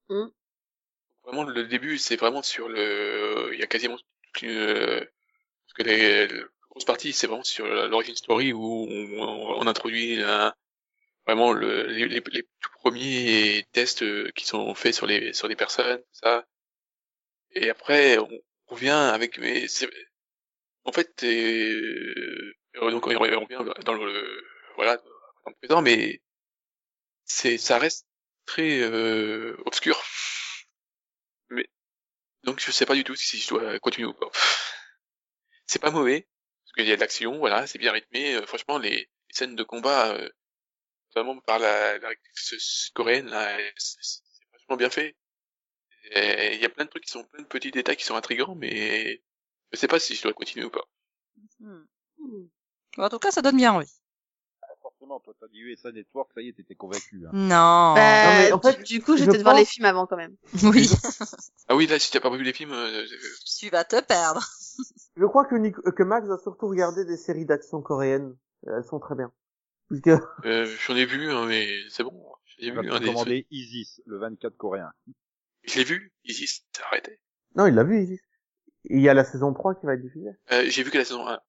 S3: Hmm.
S6: Vraiment le début, c'est vraiment sur le, il y a quasiment toute une, euh, parce que les, la grosse partie, c'est vraiment sur la- l'origin story où on, on- on introduit la- vraiment le, les, les, les tout premiers tests euh, qui sont faits sur les sur les personnes, tout ça. Et après, on revient avec, mais c'est en fait, euh, euh, donc on on revient dans le voilà dans le présent, mais c'est ça reste très euh, obscur. Mais donc je sais pas du tout si je dois continuer ou pas. C'est pas mauvais parce qu'il y a de l'action, voilà, c'est bien rythmé. Euh, Franchement, les, les scènes de combat, euh, notamment par la, la ce- ce coréenne, là, c'est c'est vachement bien fait. Et Il y a plein de trucs qui sont plein de petits détails qui sont intrigants, mais je sais pas si je dois continuer ou pas.
S4: Hmm. Bon, En tout cas, ça donne bien envie.
S2: Forcément, toi, t'as dit USA Network, ça y est, t'étais convaincu. Hein.
S4: Non.
S3: Bah,
S5: Non, mais en
S3: du-
S5: fait,
S3: du coup,
S5: je
S3: j'étais devant
S5: pense-
S3: les films avant quand même.
S4: [LAUGHS] Oui,
S6: Ah oui, là, si t'as pas vu les films, euh, euh,
S4: [LAUGHS] tu vas te perdre.
S5: Je crois que, [LAUGHS] Nico- euh, que Max a surtout regardé des séries d'action coréennes. Euh, Elles sont très bien. Puisque,
S6: Euh, j'en ai vu, hein, mais c'est bon. J'ai
S2: Il va
S6: vu, hein,
S2: te
S6: des-
S2: commander Isis, le 24 coréen.
S6: Je l'ai vu, Isis, t'as arrêté.
S5: non, il l'a vu, Isis. Il y a la saison 3 qui va être diffusée.
S6: Euh, j'ai vu que la saison 1.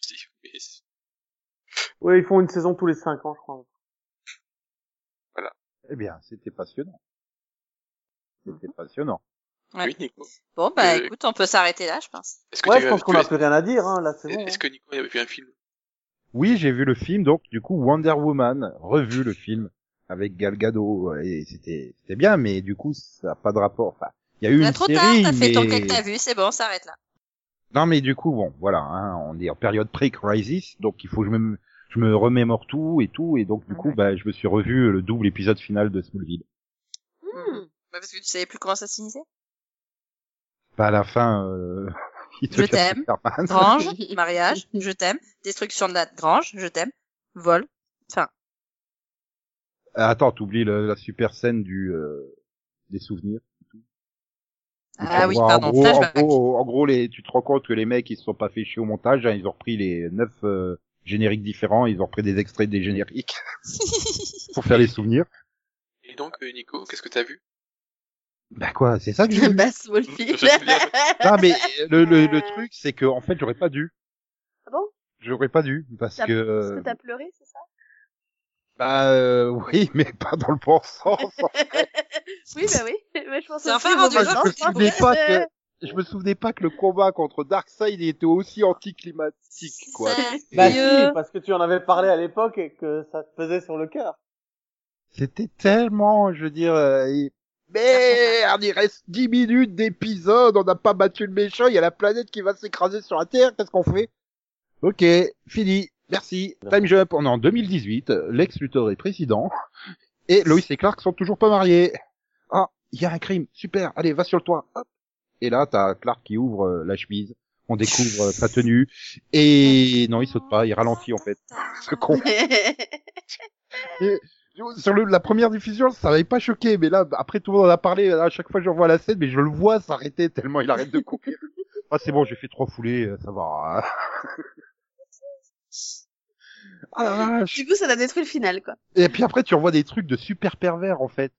S6: Si, mais c'est-
S5: Ouais, ils font une saison tous les 5 ans, je crois.
S2: Eh bien, c'était passionnant.
S3: Mhm.
S2: C'était passionnant.
S4: Ouais.
S6: Oui, Nico.
S4: Bon, bah
S6: Euh,
S4: écoute, on peut s'arrêter là, je pense.
S6: Est-ce que
S5: Ouais,
S6: tu
S5: je
S6: as-
S5: pense
S6: tu
S5: qu'on a
S6: as-
S5: plus rien à dire, hein, là, c'est bon.
S6: Est-ce
S5: hein.
S6: que Nico avait vu un film
S2: Oui, j'ai vu le film, donc du coup Wonder Woman, revu le film avec Gal Gadot et c'était c'était bien, mais du coup ça n'a pas de rapport. Enfin, il y a eu
S4: Là,
S2: une
S4: trop tard,
S2: série,
S4: t'as fait ton
S2: mais-
S4: cas que t'as vu, c'est bon, on s'arrête là.
S2: non mais du coup bon, voilà, hein, on est en période pré-crisis, donc il faut que je me je me remémore tout et tout, et donc du coup
S4: Ouais.
S2: bah je me suis revu le double épisode final de Smallville.
S4: Hmm. Bah, parce que tu savais plus comment ça [LAUGHS] s'initiait.
S2: Bah à la fin, euh... [LAUGHS] il
S4: Je
S2: casse
S4: t'aime.
S2: Superman.
S4: Grange, [LAUGHS] mariage, je t'aime. Destruction de la grange, je t'aime. Vol.
S2: Ah, [LAUGHS] Attends, t'oublies le- la super scène du euh, des souvenirs.
S4: Ah
S2: Pour
S4: oui,
S2: voir,
S4: pardon,
S2: En gros,
S4: flashback.
S2: en gros, en gros, les, tu te rends compte que les mecs, ils se sont pas fait chier au montage. hein, ils ont repris les neuf euh, génériques différents. Ils ont repris des extraits des
S3: [LAUGHS]
S2: génériques pour faire les souvenirs.
S6: Et donc, euh, Nico, qu'est-ce que t'as vu
S2: Bah quoi, c'est ça que j'ai
S3: [LAUGHS]
S2: vu.
S3: Bah, Smallville.
S6: Je sais bien.
S2: Non, mais euh, le, le, le truc, c'est que en fait, j'aurais pas dû.
S3: Euh. Ah bon
S2: J'aurais pas dû parce
S3: T'as-
S2: que,
S3: Parce
S2: euh,
S3: que t'as pleuré, c'est ça
S2: bah euh, oui, [LAUGHS] mais pas dans le bon
S3: [LAUGHS]
S2: sens.
S3: [LAUGHS] Oui, bah oui. Mais je pense
S4: C'est
S3: aussi,
S4: enfin
S3: bon,
S4: rendu
S3: bah,
S4: heureux,
S3: non,
S2: je me
S4: c'est
S2: souvenais
S4: pas
S3: vrai.
S2: pas que je me souvenais pas que le combat contre Darkseid était aussi anticlimatique quoi.
S5: Bah
S4: Dieu.
S5: si, parce que tu en avais parlé à l'époque et que ça te pesait sur le cœur.
S2: C'était tellement, je veux dire, euh, et- mais on il reste 10 minutes d'épisode, on n'a pas battu le méchant, il y a la planète qui va s'écraser sur la Terre, qu'est-ce qu'on fait Ok, fini, merci. Time Jump, on est en 2018, euh, Lex Luthor est président, et Lois et Clark sont toujours pas mariés. Ah, il y a un crime, super, allez, va sur le toit, hop. Et là, t'as Clark qui ouvre euh, la chemise, on découvre euh, sa tenue, et non, il saute pas, il ralentit en fait. Ce con. Sur le- la première diffusion, ça m'avait pas choqué, mais là, après tout le monde en a parlé, à chaque fois que je revois la scène, mais je le vois s'arrêter tellement il arrête de courir. [LAUGHS] Ah, c'est bon, j'ai fait trois foulées, euh, ça va. ah la vache.
S3: [LAUGHS] Du coup, ça t'a détruit le final, quoi.
S2: Et puis après, tu revois des trucs de super pervers, en fait.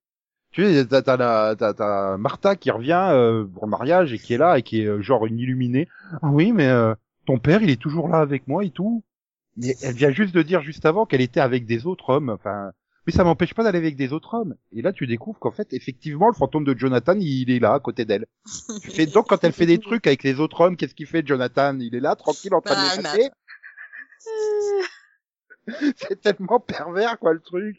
S2: Tu sais, t'as, t'as, la- t'as, t'as Martha qui revient euh, pour le mariage et qui est là et qui est euh, genre une illuminée. Ah oui, mais euh, ton père, il est toujours là avec moi et tout. Mais elle vient juste de dire juste avant qu'elle était avec des autres hommes. Enfin, mais ça m'empêche pas d'aller avec des autres hommes. Et là, tu découvres qu'en fait, effectivement, le fantôme de Jonathan, il est là à côté d'elle. tu
S4: [LAUGHS]
S2: fais donc quand elle fait des trucs avec les autres hommes, qu'est-ce qu'il fait, Jonathan Il est là, tranquille, en train
S4: Bah,
S2: de les
S4: elle
S2: masser. C'est tellement pervers, quoi, le truc.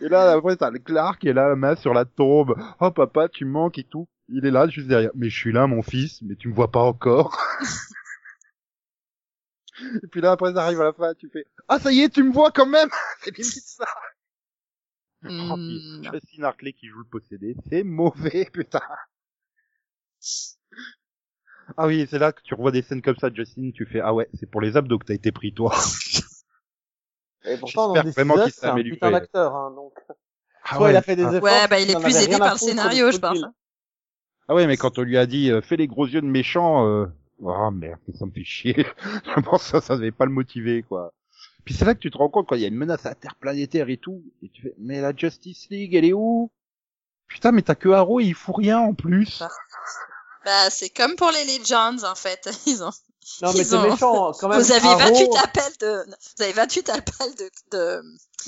S2: Et là, après, t'as le Clark qui est là, la main sur la tombe. Oh, papa, tu manques et tout. Il est là, juste derrière. Mais je suis là, mon fils, mais tu me vois pas encore. [LAUGHS] et puis là, après, t'arrives à la fin, tu fais, ah, ça y est, tu me vois quand même! [LAUGHS] C'est limite ça. Oh,
S4: Hmm,
S2: puis,
S4: non.
S2: Christine Hartley qui joue le possédé. C'est mauvais, [LAUGHS] putain. Ah oui, c'est là que tu revois des scènes comme ça, Justin, tu fais, ah ouais, c'est pour les abdos que t'as été pris, toi.
S5: Et pourtant, dans
S2: J'espère
S5: des
S2: vraiment qu'il
S5: épisodes,
S2: s'est
S5: c'est un
S2: amélioré.
S5: putain d'acteur, hein, donc.
S2: Ah
S5: Soit il a fait des efforts.
S4: Ouais, bah, il est
S5: en
S4: plus
S5: avait
S4: aidé
S5: rien
S4: par
S5: à
S4: le
S5: foutre
S4: scénario,
S5: de
S4: je pense.
S5: Smallville.
S4: hein.
S2: Ah ouais, mais quand on lui a dit euh, fais les gros yeux de méchant, euh... oh merde, ça me fait chier. [LAUGHS] Je pense que ça, ça devait pas le motiver quoi. Puis c'est là que tu te rends compte quand il y a une menace interplanétaire et tout, et tu fais mais la Justice League elle est où Putain mais t'as que Arrow et il fout rien en plus.
S4: Ah. Bah, c'est comme pour les Legends, en fait. [LAUGHS] Ils ont...
S5: Non, mais
S4: Ils
S5: t'es
S4: ont-
S5: méchant, hein, quand même.
S4: Vous avez
S5: Arrow-
S4: 28 appels de, non, vous avez 28 appels de, de...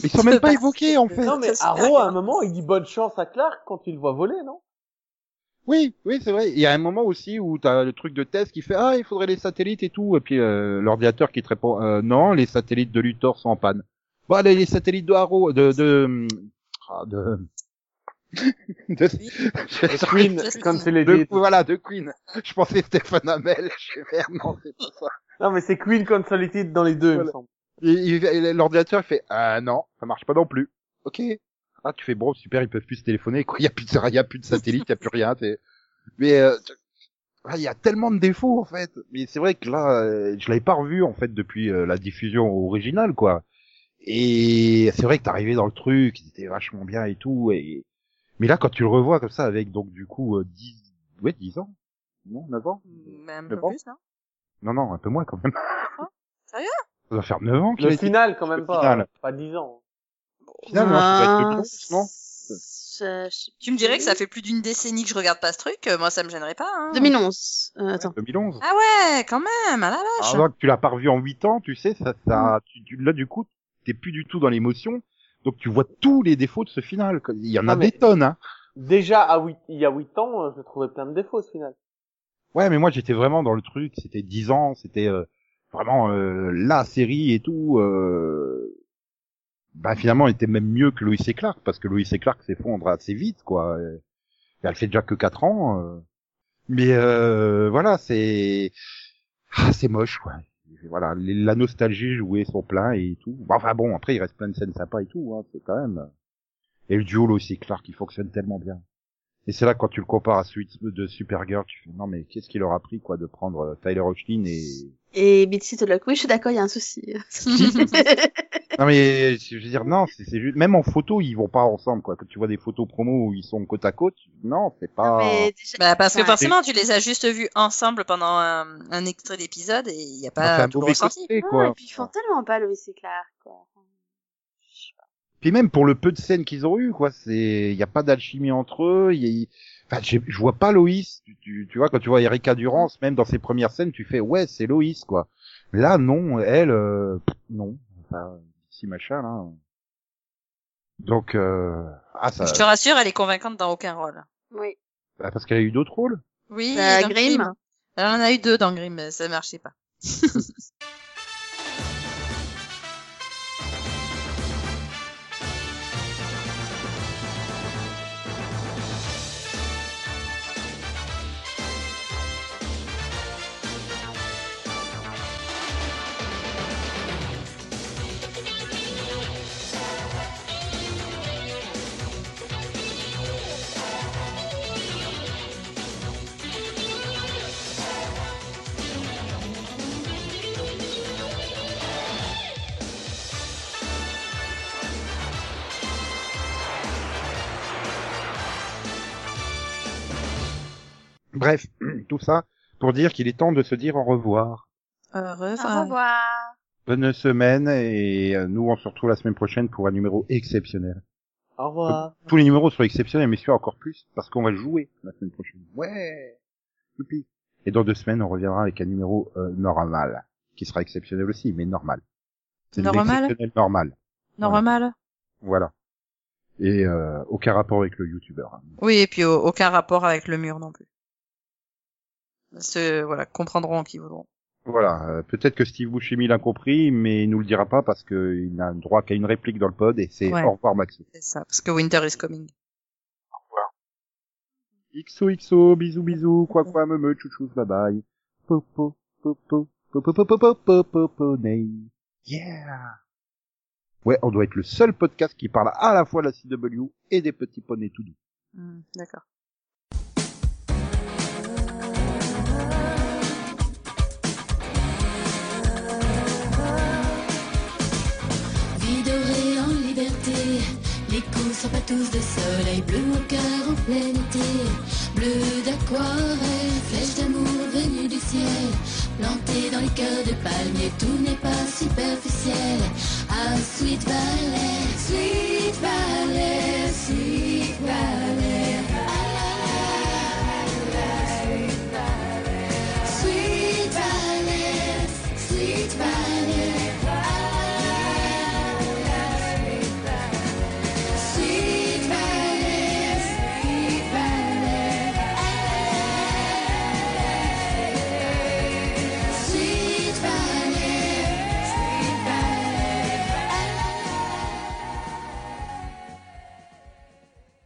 S2: Ils sont même pas évoqués en fait.
S5: Non, mais
S4: Ça,
S5: Arrow, à un
S4: c'est-
S5: moment, il dit bonne chance à Clark quand il le voit voler, non?
S2: Oui, oui c'est vrai. Il y a un moment aussi où t'as le truc de test qui fait ah il faudrait les satellites et tout, et puis euh, l'ordinateur qui te répond euh, non les satellites de Luthor sont en panne. Bon allez les satellites de Arrow de de ah, de de,
S5: Et Queen,
S4: Justin.
S5: comme c'est les
S2: [LAUGHS] de- voilà, de Queen. Je pensais Stéphane Hamel. Je fais, merde, non, c'est pas ça.
S5: Non, mais c'est Queen comme Solitude dans les deux, il me
S2: Voilà.
S5: semble.
S2: Il- il- il- L'ordinateur il fait, ah non, ça marche pas non plus. Ok. Ah, tu fais, bon, super, ils peuvent plus se téléphoner, quoi. Il y a plus de, il y a plus de satellite, il y a plus rien. t'es- Mais, euh, tu- ah, il y a tellement de défauts, en fait. Mais c'est vrai que là, euh, je l'avais pas revu, en fait, depuis euh, la diffusion originale, quoi. Et c'est vrai que t'arrivais dans le truc, il était vachement bien et tout, et, mais là, quand tu le revois comme ça, avec, donc, du coup, euh, 10, ouais, 10 ans? Non, 9 ans?
S4: Même un
S2: Je
S4: peu
S2: pense.
S4: Hmm, plus, non?
S2: Non, non, un peu moins quand même.
S4: Sérieux
S2: Ça doit faire 9 ans qu'il a
S5: Le
S2: été.
S5: final, quand même
S2: le
S5: pas.
S2: final.
S5: Pas 10 ans.
S2: Final, non, ça doit être le
S4: Ben,
S2: 11, non
S3: Ah, Je- je-
S4: Tu me dirais que ça fait plus d'une décennie que je regarde pas ce truc, euh, moi ça me gênerait pas. Hein.
S3: 2011. Euh, attends.
S2: 2011.
S4: Ah ouais, quand même, ah à la vache.
S2: Alors que tu l'as pas revu en 8 ans, tu sais, ça,
S5: Ah.
S2: ça, tu- tu- là du coup, t'es plus du tout dans l'émotion, donc tu vois tous les défauts de ce final. quoi. Il y en a
S5: Ah, mais-
S2: des tonnes, hein.
S5: Déjà, à huit- il y a 8 ans, euh, je trouvais plein de défauts, ce final.
S2: Ouais, mais moi j'étais vraiment dans le truc, c'était 10 ans, c'était euh, vraiment euh, la série et tout. Euh... Bah finalement, il était même mieux que Louis C. Clark, parce que Louis C. Clark s'effondre assez vite, quoi. Et elle fait déjà que 4 ans. euh. Mais euh, voilà, c'est... Ah, c'est moche, quoi. Et Voilà, les- la nostalgie jouait son plein et tout. Bon, Enfin bon, après il reste plein de scènes sympas et tout, hein, c'est quand même... Et le duo Louis C. Clark, il fonctionne tellement bien. Et c'est là quand tu le compares à celui de Supergirl, tu fais non mais qu'est-ce qu'il leur a pris quoi de prendre euh, Tyler Hoechlin et
S3: Et Bitsy Tolock. Oui, je suis d'accord, il y a un
S4: [LAUGHS]
S3: souci. [LAUGHS]
S2: non mais je veux dire non c'est c'est juste même en photo ils vont pas ensemble quoi quand tu vois des photos promo où ils sont côte à côte tu- non c'est pas
S3: Mais déjà-
S4: Bah, parce que
S3: Ouais.
S4: forcément, tu les as juste vus ensemble pendant un, un extrait d'épisode et il n'y a
S2: Enfin,
S4: pas
S2: un
S4: tout le
S2: mauvais
S4: ressenti.
S2: côté,
S3: Non,
S2: quoi.
S3: Ah,
S2: Ah.
S3: et puis ils font tellement pas Lois et Clark. Quoi.
S2: Puis même pour le peu de scènes qu'ils ont eu, quoi, c'est, il y a pas d'alchimie entre eux. il Y a- Enfin, j'ai- je vois pas Loïs. Tu, tu, tu vois, quand tu vois Erika Durance, même dans ses premières scènes, tu fais ouais, c'est Loïs, quoi. Là, non, elle, euh, pff, non. Enfin, si machin, là. Donc, euh, ah ça,
S4: Je te rassure, elle est convaincante dans aucun rôle.
S3: Oui.
S2: bah, parce qu'elle a eu d'autres rôles.
S4: Oui,
S3: Euh,
S4: dans
S3: Grimm.
S4: Elle en a eu deux dans Grimm, mais ça marchait pas.
S2: Bref, [CLEARS THROAT] tout ça pour dire qu'il est temps de se dire au revoir.
S4: Heureux.
S3: Au revoir.
S2: Bonne semaine et euh, nous on se retrouve la semaine prochaine pour un numéro exceptionnel.
S5: Au revoir.
S2: Tous les numéros sont exceptionnels, mais celui-là encore plus, parce qu'on va le jouer la semaine prochaine. Ouais Youpi. Et dans deux semaines, on reviendra avec un numéro euh, normal, qui sera exceptionnel aussi, mais normal. C'est de
S4: Normal
S2: l'exceptionnel normal,
S4: Normal.
S2: voilà. Et euh, aucun rapport avec le youtubeur.
S4: Oui, et puis au- aucun rapport avec le mur non plus. Ceux, voilà, comprendront qui voudront.
S2: Voilà, euh, peut-être que Steve Buscemi l'a compris, mais il nous le dira pas parce qu'il n'a droit qu'à une réplique dans le pod, et c'est
S4: Ouais.
S2: au revoir Maxou.
S4: C'est ça, parce que Winter is coming.
S2: XOXO, bisous bisous, quoi quoi me me chouchous, bye bye. Popo, popo, popo, popo, popo, popo, nay. Yeah! Ouais, on doit être le seul podcast qui parle à la fois de la CW et des petits poneys tout doux.
S4: Hmm, D'accord.
S7: Vie dorée en liberté, les coups sont pas tous de soleil bleu au cœur en plein été, bleu d'aquarelle, flèche d'amour venue du ciel, plantée dans les cœurs de palmiers, tout n'est pas superficiel. Ah, Sweet Valley, Sweet Valley, Sweet Valley.